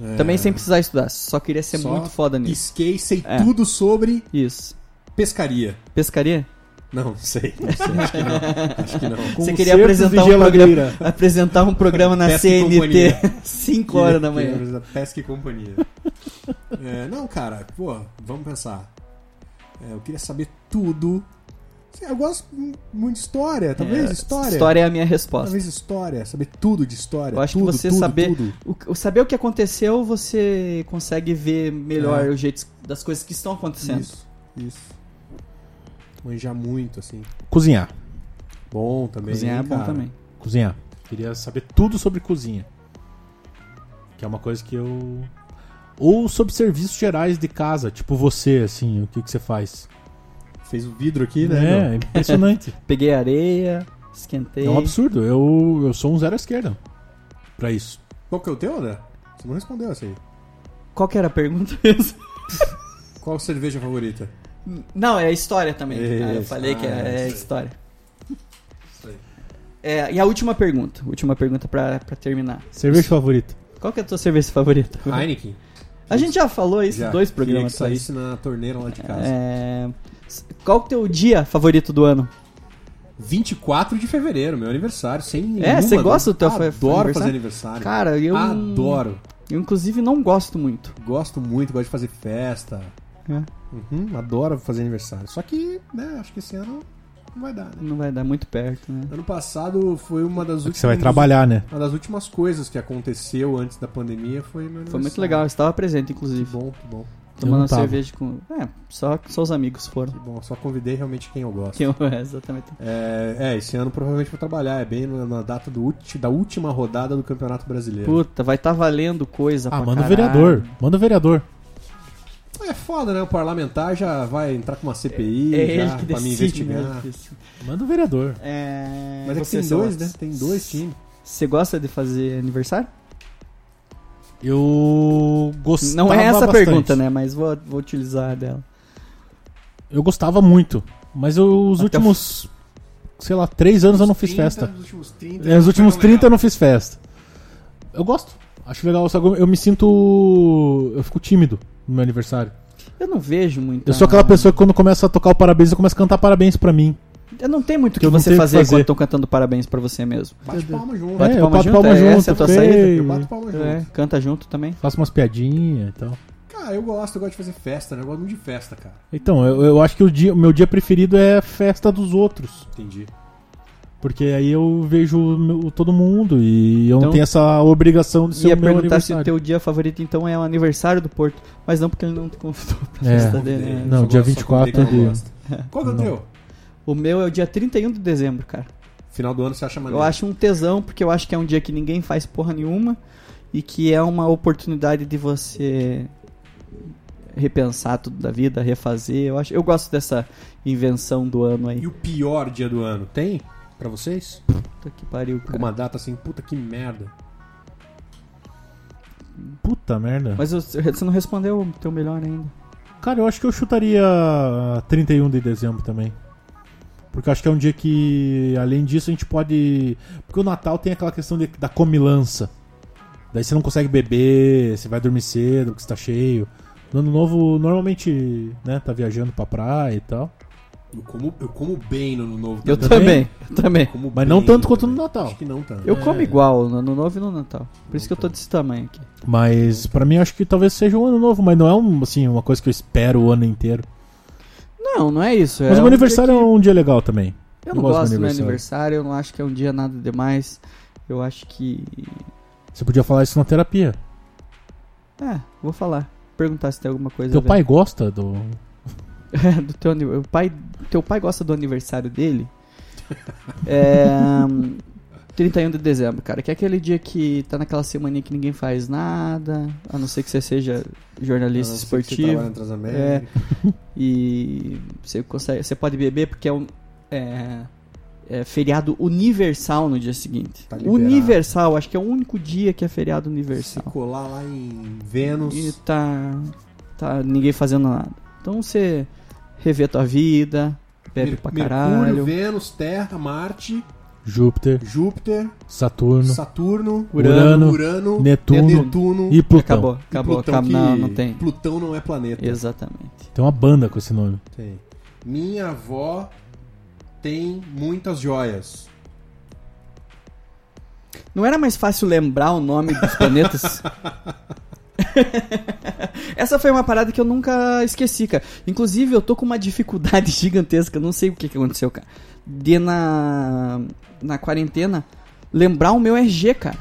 S3: É,
S2: Também sem precisar estudar. Só queria ser
S3: só
S2: é muito foda nisso.
S3: Pisquei, sei
S2: É.
S3: tudo sobre
S2: Isso.
S3: pescaria.
S2: Pescaria?
S3: Não, não sei. Não sei acho que não. Acho que não.
S2: Você
S4: Concertos
S2: queria
S4: de
S2: apresentar um,
S4: geladeira.
S2: programa, apresentar um programa na
S3: Pesca e
S2: CNT
S3: companhia.
S2: 5 horas da manhã.
S3: Diretores da Pesca e Companhia. É, não, cara, pô, vamos pensar. É, eu queria saber tudo. Sei, Eu gosto mu- muito de história, talvez
S2: É,
S3: história.
S2: História é a minha resposta.
S3: Talvez história, saber tudo de história.
S2: Eu acho
S3: tudo,
S2: que você
S3: tudo,
S2: saber,
S3: tudo.
S2: o, o saber o que aconteceu, você consegue ver melhor o jeito das coisas que estão acontecendo.
S3: É. Isso, isso. Manjar muito, assim.
S4: Cozinhar.
S3: Bom também.
S2: Cozinhar é bom
S3: cara.
S2: também.
S4: Cozinhar. Queria saber tudo sobre cozinha. Que é uma coisa que eu. Ou sobre serviços gerais de casa, tipo você, assim, o que, que você faz.
S3: Fez o vidro aqui, né?
S4: É, é impressionante.
S2: Peguei areia, esquentei.
S4: é um absurdo. Eu, eu sou um zero à esquerda pra isso.
S3: Qual que é o teu, André? Você não respondeu assim. essa aí.
S2: Qual que era a pergunta mesmo?
S3: Qual cerveja favorita?
S2: Não, é história também.
S3: Isso.
S2: Ah, eu falei que
S3: Ah,
S2: é, é
S3: isso aí.
S2: história.
S3: Isso aí.
S2: É, e a última pergunta, última pergunta pra, pra terminar.
S4: Cerveja favorita.
S2: Qual que é a tua cerveja favorita?
S3: Heineken.
S2: A gente já falou isso
S3: Já.
S2: em dois
S3: Queria
S2: programas
S3: que
S2: atrás.
S3: saísse na torneira lá de casa.
S2: É, s- Qual é o teu dia favorito do ano?
S3: 24 de fevereiro, meu aniversário, sem nenhuma
S2: É, você gosta do teu
S3: dúvida.
S2: fa-
S3: Adoro
S2: aniversário?
S3: fazer aniversário.
S2: Cara, eu.
S3: Adoro.
S2: Eu, inclusive, não gosto muito.
S3: Gosto muito, gosto de fazer festa.
S2: né?
S3: Uhum, adoro fazer aniversário. Só que, né, acho que esse ano não vai dar, né?
S2: Não vai dar muito perto, né?
S3: Ano passado foi uma das últimas
S4: É Você vai trabalhar, né?
S3: Uma das últimas coisas que aconteceu antes da pandemia foi meu
S2: Foi
S3: aniversário.
S2: muito legal, eu estava presente,
S3: Que
S2: inclusive.
S3: bom, que bom.
S2: Tomando
S4: não
S2: uma
S4: tava.
S2: cerveja com. É, só, só os amigos foram.
S3: Que bom, só convidei realmente quem eu gosto.
S2: Que eu- é, exatamente.
S3: É, é, esse ano provavelmente vou trabalhar, é bem na na data do ulti- da última rodada do Campeonato Brasileiro.
S2: Puta, vai estar valendo coisa
S4: Ah,
S2: pra
S4: manda o
S2: caralho.
S4: vereador. Manda o vereador.
S3: É foda, né? O parlamentar já vai entrar com uma CPI
S2: É
S3: já,
S2: ele que
S3: pra me
S2: decide, né?
S3: investigar.
S4: Manda o vereador.
S2: É...
S3: Mas é que
S2: você,
S3: tem dois, né?
S2: Silas,
S3: Tem dois times.
S2: Você gosta de fazer aniversário?
S4: Eu gostava
S2: Não é essa a
S4: tá bastante.
S2: pergunta, né? Mas vou, vou utilizar dela.
S4: Eu gostava muito. Mas eu- os
S2: Até
S4: últimos, sei lá, três anos eu não fiz festa.
S3: Nos últimos 30,
S4: É, Nos últimos 30 eu não fiz festa. Eu gosto. Acho legal. só que eu- Eu me sinto. Eu fico tímido no meu aniversário.
S2: Eu não vejo muito.
S4: Eu sou aquela pessoa que quando começa a tocar o parabéns, eu começo a cantar parabéns pra mim.
S2: Eu não tenho muito o
S4: que
S2: que
S4: eu não
S2: você
S4: tenho o que
S2: fazer,
S4: fazer.
S2: quando estão cantando parabéns pra você mesmo.
S3: Bate palma junto.
S2: Bate
S4: É, eu
S2: palma
S4: bato
S2: junto,
S4: palma
S2: é
S4: junto.
S2: essa a tua
S4: feio,
S2: saída?
S3: Eu bato palma junto.
S2: É, canta junto também.
S4: Faço umas piadinhas e tal.
S3: Cara, eu gosto, eu gosto de fazer festa, né? Eu gosto muito de festa, cara.
S2: Tá
S4: Então, eu, eu acho que o dia- o meu dia preferido é a festa dos outros.
S3: Entendi.
S4: Porque aí eu vejo o meu- todo mundo e eu não
S2: Então-
S4: tenho essa obrigação de ser
S2: Ia
S4: o meu
S2: perguntar se o
S4: aniversário.
S2: teu dia favorito então é o aniversário do Porto, mas não porque ele não te convidou pra
S4: É.
S2: festa dele. né?
S4: Não, dia 24 é de-
S3: Qual que é o
S4: Não.
S3: teu?
S2: O meu é o dia 31 de dezembro, cara.
S3: Final do ano você acha
S2: Eu
S3: maneiro.
S2: acho um tesão, porque eu acho que é um dia que ninguém faz porra nenhuma e que é uma oportunidade de você repensar tudo da vida, refazer. Eu, acho, eu gosto dessa invenção do ano aí.
S3: E o pior dia do ano? Tem? Pra vocês?
S2: Puta que pariu, cara.
S3: Alguma data assim, puta que merda.
S4: Puta merda.
S2: Mas eu- você não respondeu o teu melhor ainda.
S4: Cara, eu acho que eu chutaria 31 de dezembro um também. Porque eu acho que é um dia que, além disso, a gente pode. Porque o Natal tem aquela questão de- da comilança. Daí você não consegue beber, você vai dormir cedo porque você tá cheio. No ano novo, normalmente, né, tá viajando pra praia e tal.
S3: Eu como, eu como bem no ano novo.
S2: Eu
S3: também.
S2: também, eu também.
S3: Como
S4: Mas não
S3: bem
S4: tanto quanto
S3: também.
S4: no Natal.
S3: Acho que não tanto. É.
S4: É.
S2: Eu como igual no ano novo e no Natal. Por isso que eu tô desse tamanho aqui.
S4: Mas pra mim acho que talvez seja um ano novo, mas não é um, assim, uma coisa que eu espero o ano inteiro.
S2: Não, não é isso.
S4: Mas
S2: é um
S4: o meu aniversário
S2: dia
S4: é um dia legal também.
S2: que- Eu não gosto do meu aniversário, eu não acho que é um dia nada demais. Eu acho que.
S4: Você podia falar isso na terapia.
S2: É, vou falar. Perguntar se tem alguma coisa. a
S4: Teu
S2: ver.
S4: pai gosta do.
S2: É, do teu aniv- o pai Teu pai gosta do aniversário dele? É. hum, 31 de dezembro, cara, que é aquele dia que tá naquela semaninha que ninguém faz nada, a não ser que você seja
S3: A não
S2: jornalista
S3: ser que você tá trabalha
S2: esportivo.
S3: na Transamérica.
S2: E você consegue, você pode beber porque é um é, é feriado universal no dia seguinte.
S3: Tá liberado.
S2: universal, acho que é o único dia que é feriado
S3: Se
S2: universal.
S3: colar lá em Vênus.
S2: E tá tá ninguém fazendo nada. Então você revê tua vida, bebe
S3: Mer-
S2: pra
S3: Mercúrio,
S2: caralho.
S3: Vênus, Terra, Marte,
S4: Júpiter,
S3: Júpiter,
S4: Saturno,
S3: Saturno,
S4: Urano,
S3: Urano,
S4: Netuno
S3: Netuno
S4: e Plutão.
S2: Acabou, acabou,
S3: Plutão,
S2: acabou. Não,
S3: que
S2: não tem.
S3: Plutão não é planeta.
S2: Exatamente.
S4: Tem uma banda com esse nome.
S3: Tem. Minha avó tem muitas joias.
S2: Não era mais fácil lembrar o nome dos planetas? Essa foi uma parada que eu nunca esqueci, cara. Inclusive, eu tô com uma dificuldade gigantesca, não sei o que, que aconteceu, cara. De na. na quarentena, lembrar o meu EG, cara.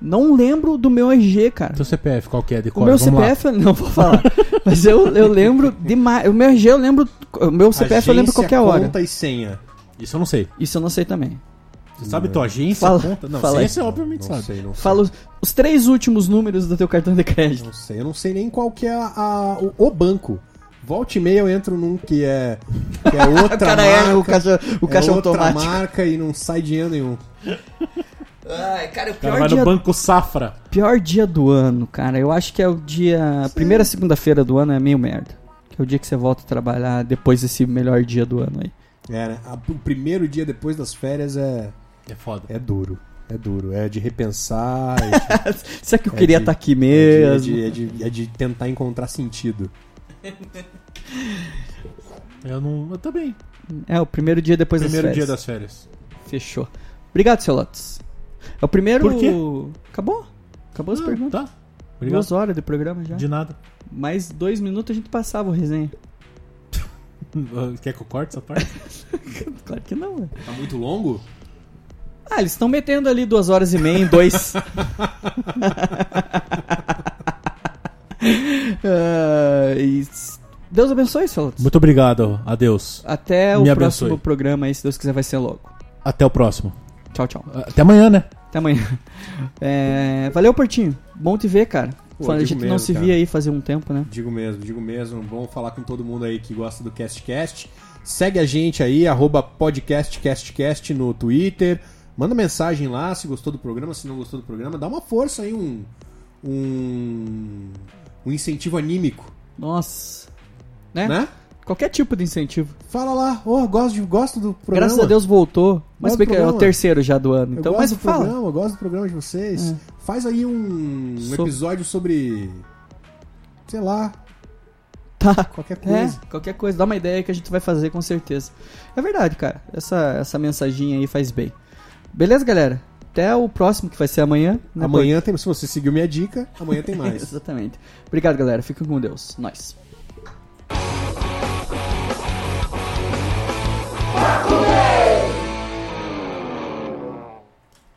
S2: Não lembro do meu EG, cara.
S4: Teu CPF, qual que é? De
S2: O
S4: cor?
S2: meu
S4: Vamos lá.
S2: CPF, eu não vou falar. mas eu, eu lembro demais. O meu EG eu lembro. O meu CPF eu lembro
S3: Agência,
S2: qualquer hora.
S3: Conta e senha.
S4: Isso eu não sei.
S2: Isso eu não sei também.
S4: Você sabe tua agência?
S2: Fala-
S4: conta? Não,
S2: fala
S4: sei,
S2: aí.
S4: você obviamente
S3: Não é
S4: sabe.
S3: sei, não sei.
S2: Fala os, os três últimos números do teu cartão de crédito.
S3: Não sei, eu não sei nem qual que é a, a- o, o banco. Volta e meia eu entro num que é, que é outra
S2: O cara
S3: marca,
S2: erra o caixa, o caixa
S3: é outra
S2: automático.
S3: marca e não sai dinheiro nenhum.
S2: Ai, cara, o
S4: O cara vai
S2: pior
S4: no
S2: dia,
S4: Banco Safra.
S2: pior dia do ano, cara. Eu acho que é o dia. Primeira segunda-feira do ano é meio merda. Que é o dia que você volta a trabalhar depois desse melhor dia do ano aí.
S3: É, né? A- o primeiro dia depois das férias é,
S4: É foda.
S3: é duro. É duro. É de repensar, é
S2: Será que eu
S3: É
S2: queria
S3: de-
S2: estar aqui
S3: de,
S2: mesmo?
S3: é, de, é, de, é de tentar encontrar sentido.
S4: Eu não. Eu também.
S2: É, o primeiro dia depois
S4: Primeiro
S2: das
S4: dia
S2: férias.
S4: das férias.
S2: Fechou. Obrigado, seu Lotus. É o primeiro.
S4: Por quê?
S2: Acabou? Acabou as
S4: Ah,
S2: perguntas.
S4: Tá. Obrigado.
S2: Duas horas né? de programa já.
S4: De nada.
S2: Mais dois minutos a gente passava o resenha.
S4: Quer que eu corte essa parte?
S2: Claro que não, velho.
S3: Tá muito longo?
S2: Ah, eles estão metendo ali duas horas e meia em dois. Ah, e s- Deus abençoe, seu Lotus.
S4: Muito obrigado. Adeus.
S2: Até o
S4: Me
S2: próximo
S4: abençoe.
S2: programa aí, se Deus quiser, vai ser logo.
S4: Até o próximo.
S2: Tchau, tchau.
S4: Até amanhã, né?
S2: Até amanhã. É, valeu, Portinho. Bom te ver, cara.
S3: Pô,
S2: Fala, a
S3: digo
S2: gente não
S3: mesmo,
S2: se
S3: cara.
S2: via aí fazia um tempo, né?
S3: Digo mesmo, digo mesmo. Bom falar com todo mundo aí que gosta do CastCast. Segue a gente aí, arroba podcastcastcast no Twitter. Manda mensagem lá se gostou do programa, se não gostou do programa. Dá uma força aí, um, um, um incentivo anímico,
S2: Nossa. Né?
S3: né?
S2: Qualquer tipo de incentivo.
S3: Fala lá, ô, gosto, de- gosto do programa.
S2: Graças a Deus voltou. Mas
S3: Gosto
S2: bem
S3: do
S2: que é o
S3: programa.
S2: terceiro já do ano.
S3: Eu
S2: Então,
S3: gosto
S2: mas
S3: do
S2: fala. É.
S3: programa, eu gosto do programa de vocês. Faz aí um, um
S2: Sobre-
S3: episódio sobre, sei lá,
S2: Tá.
S3: qualquer coisa.
S2: É, qualquer coisa, dá uma ideia que a gente vai fazer com certeza. É verdade, cara. Essa, essa mensaginha aí faz bem. Beleza, galera? Até o próximo, que vai ser amanhã. né,
S3: Amanhã tem, se você seguiu minha dica, amanhã tem
S2: Porto?
S3: mais.
S2: Exatamente. Obrigado, galera. Fiquem com Deus. Nós.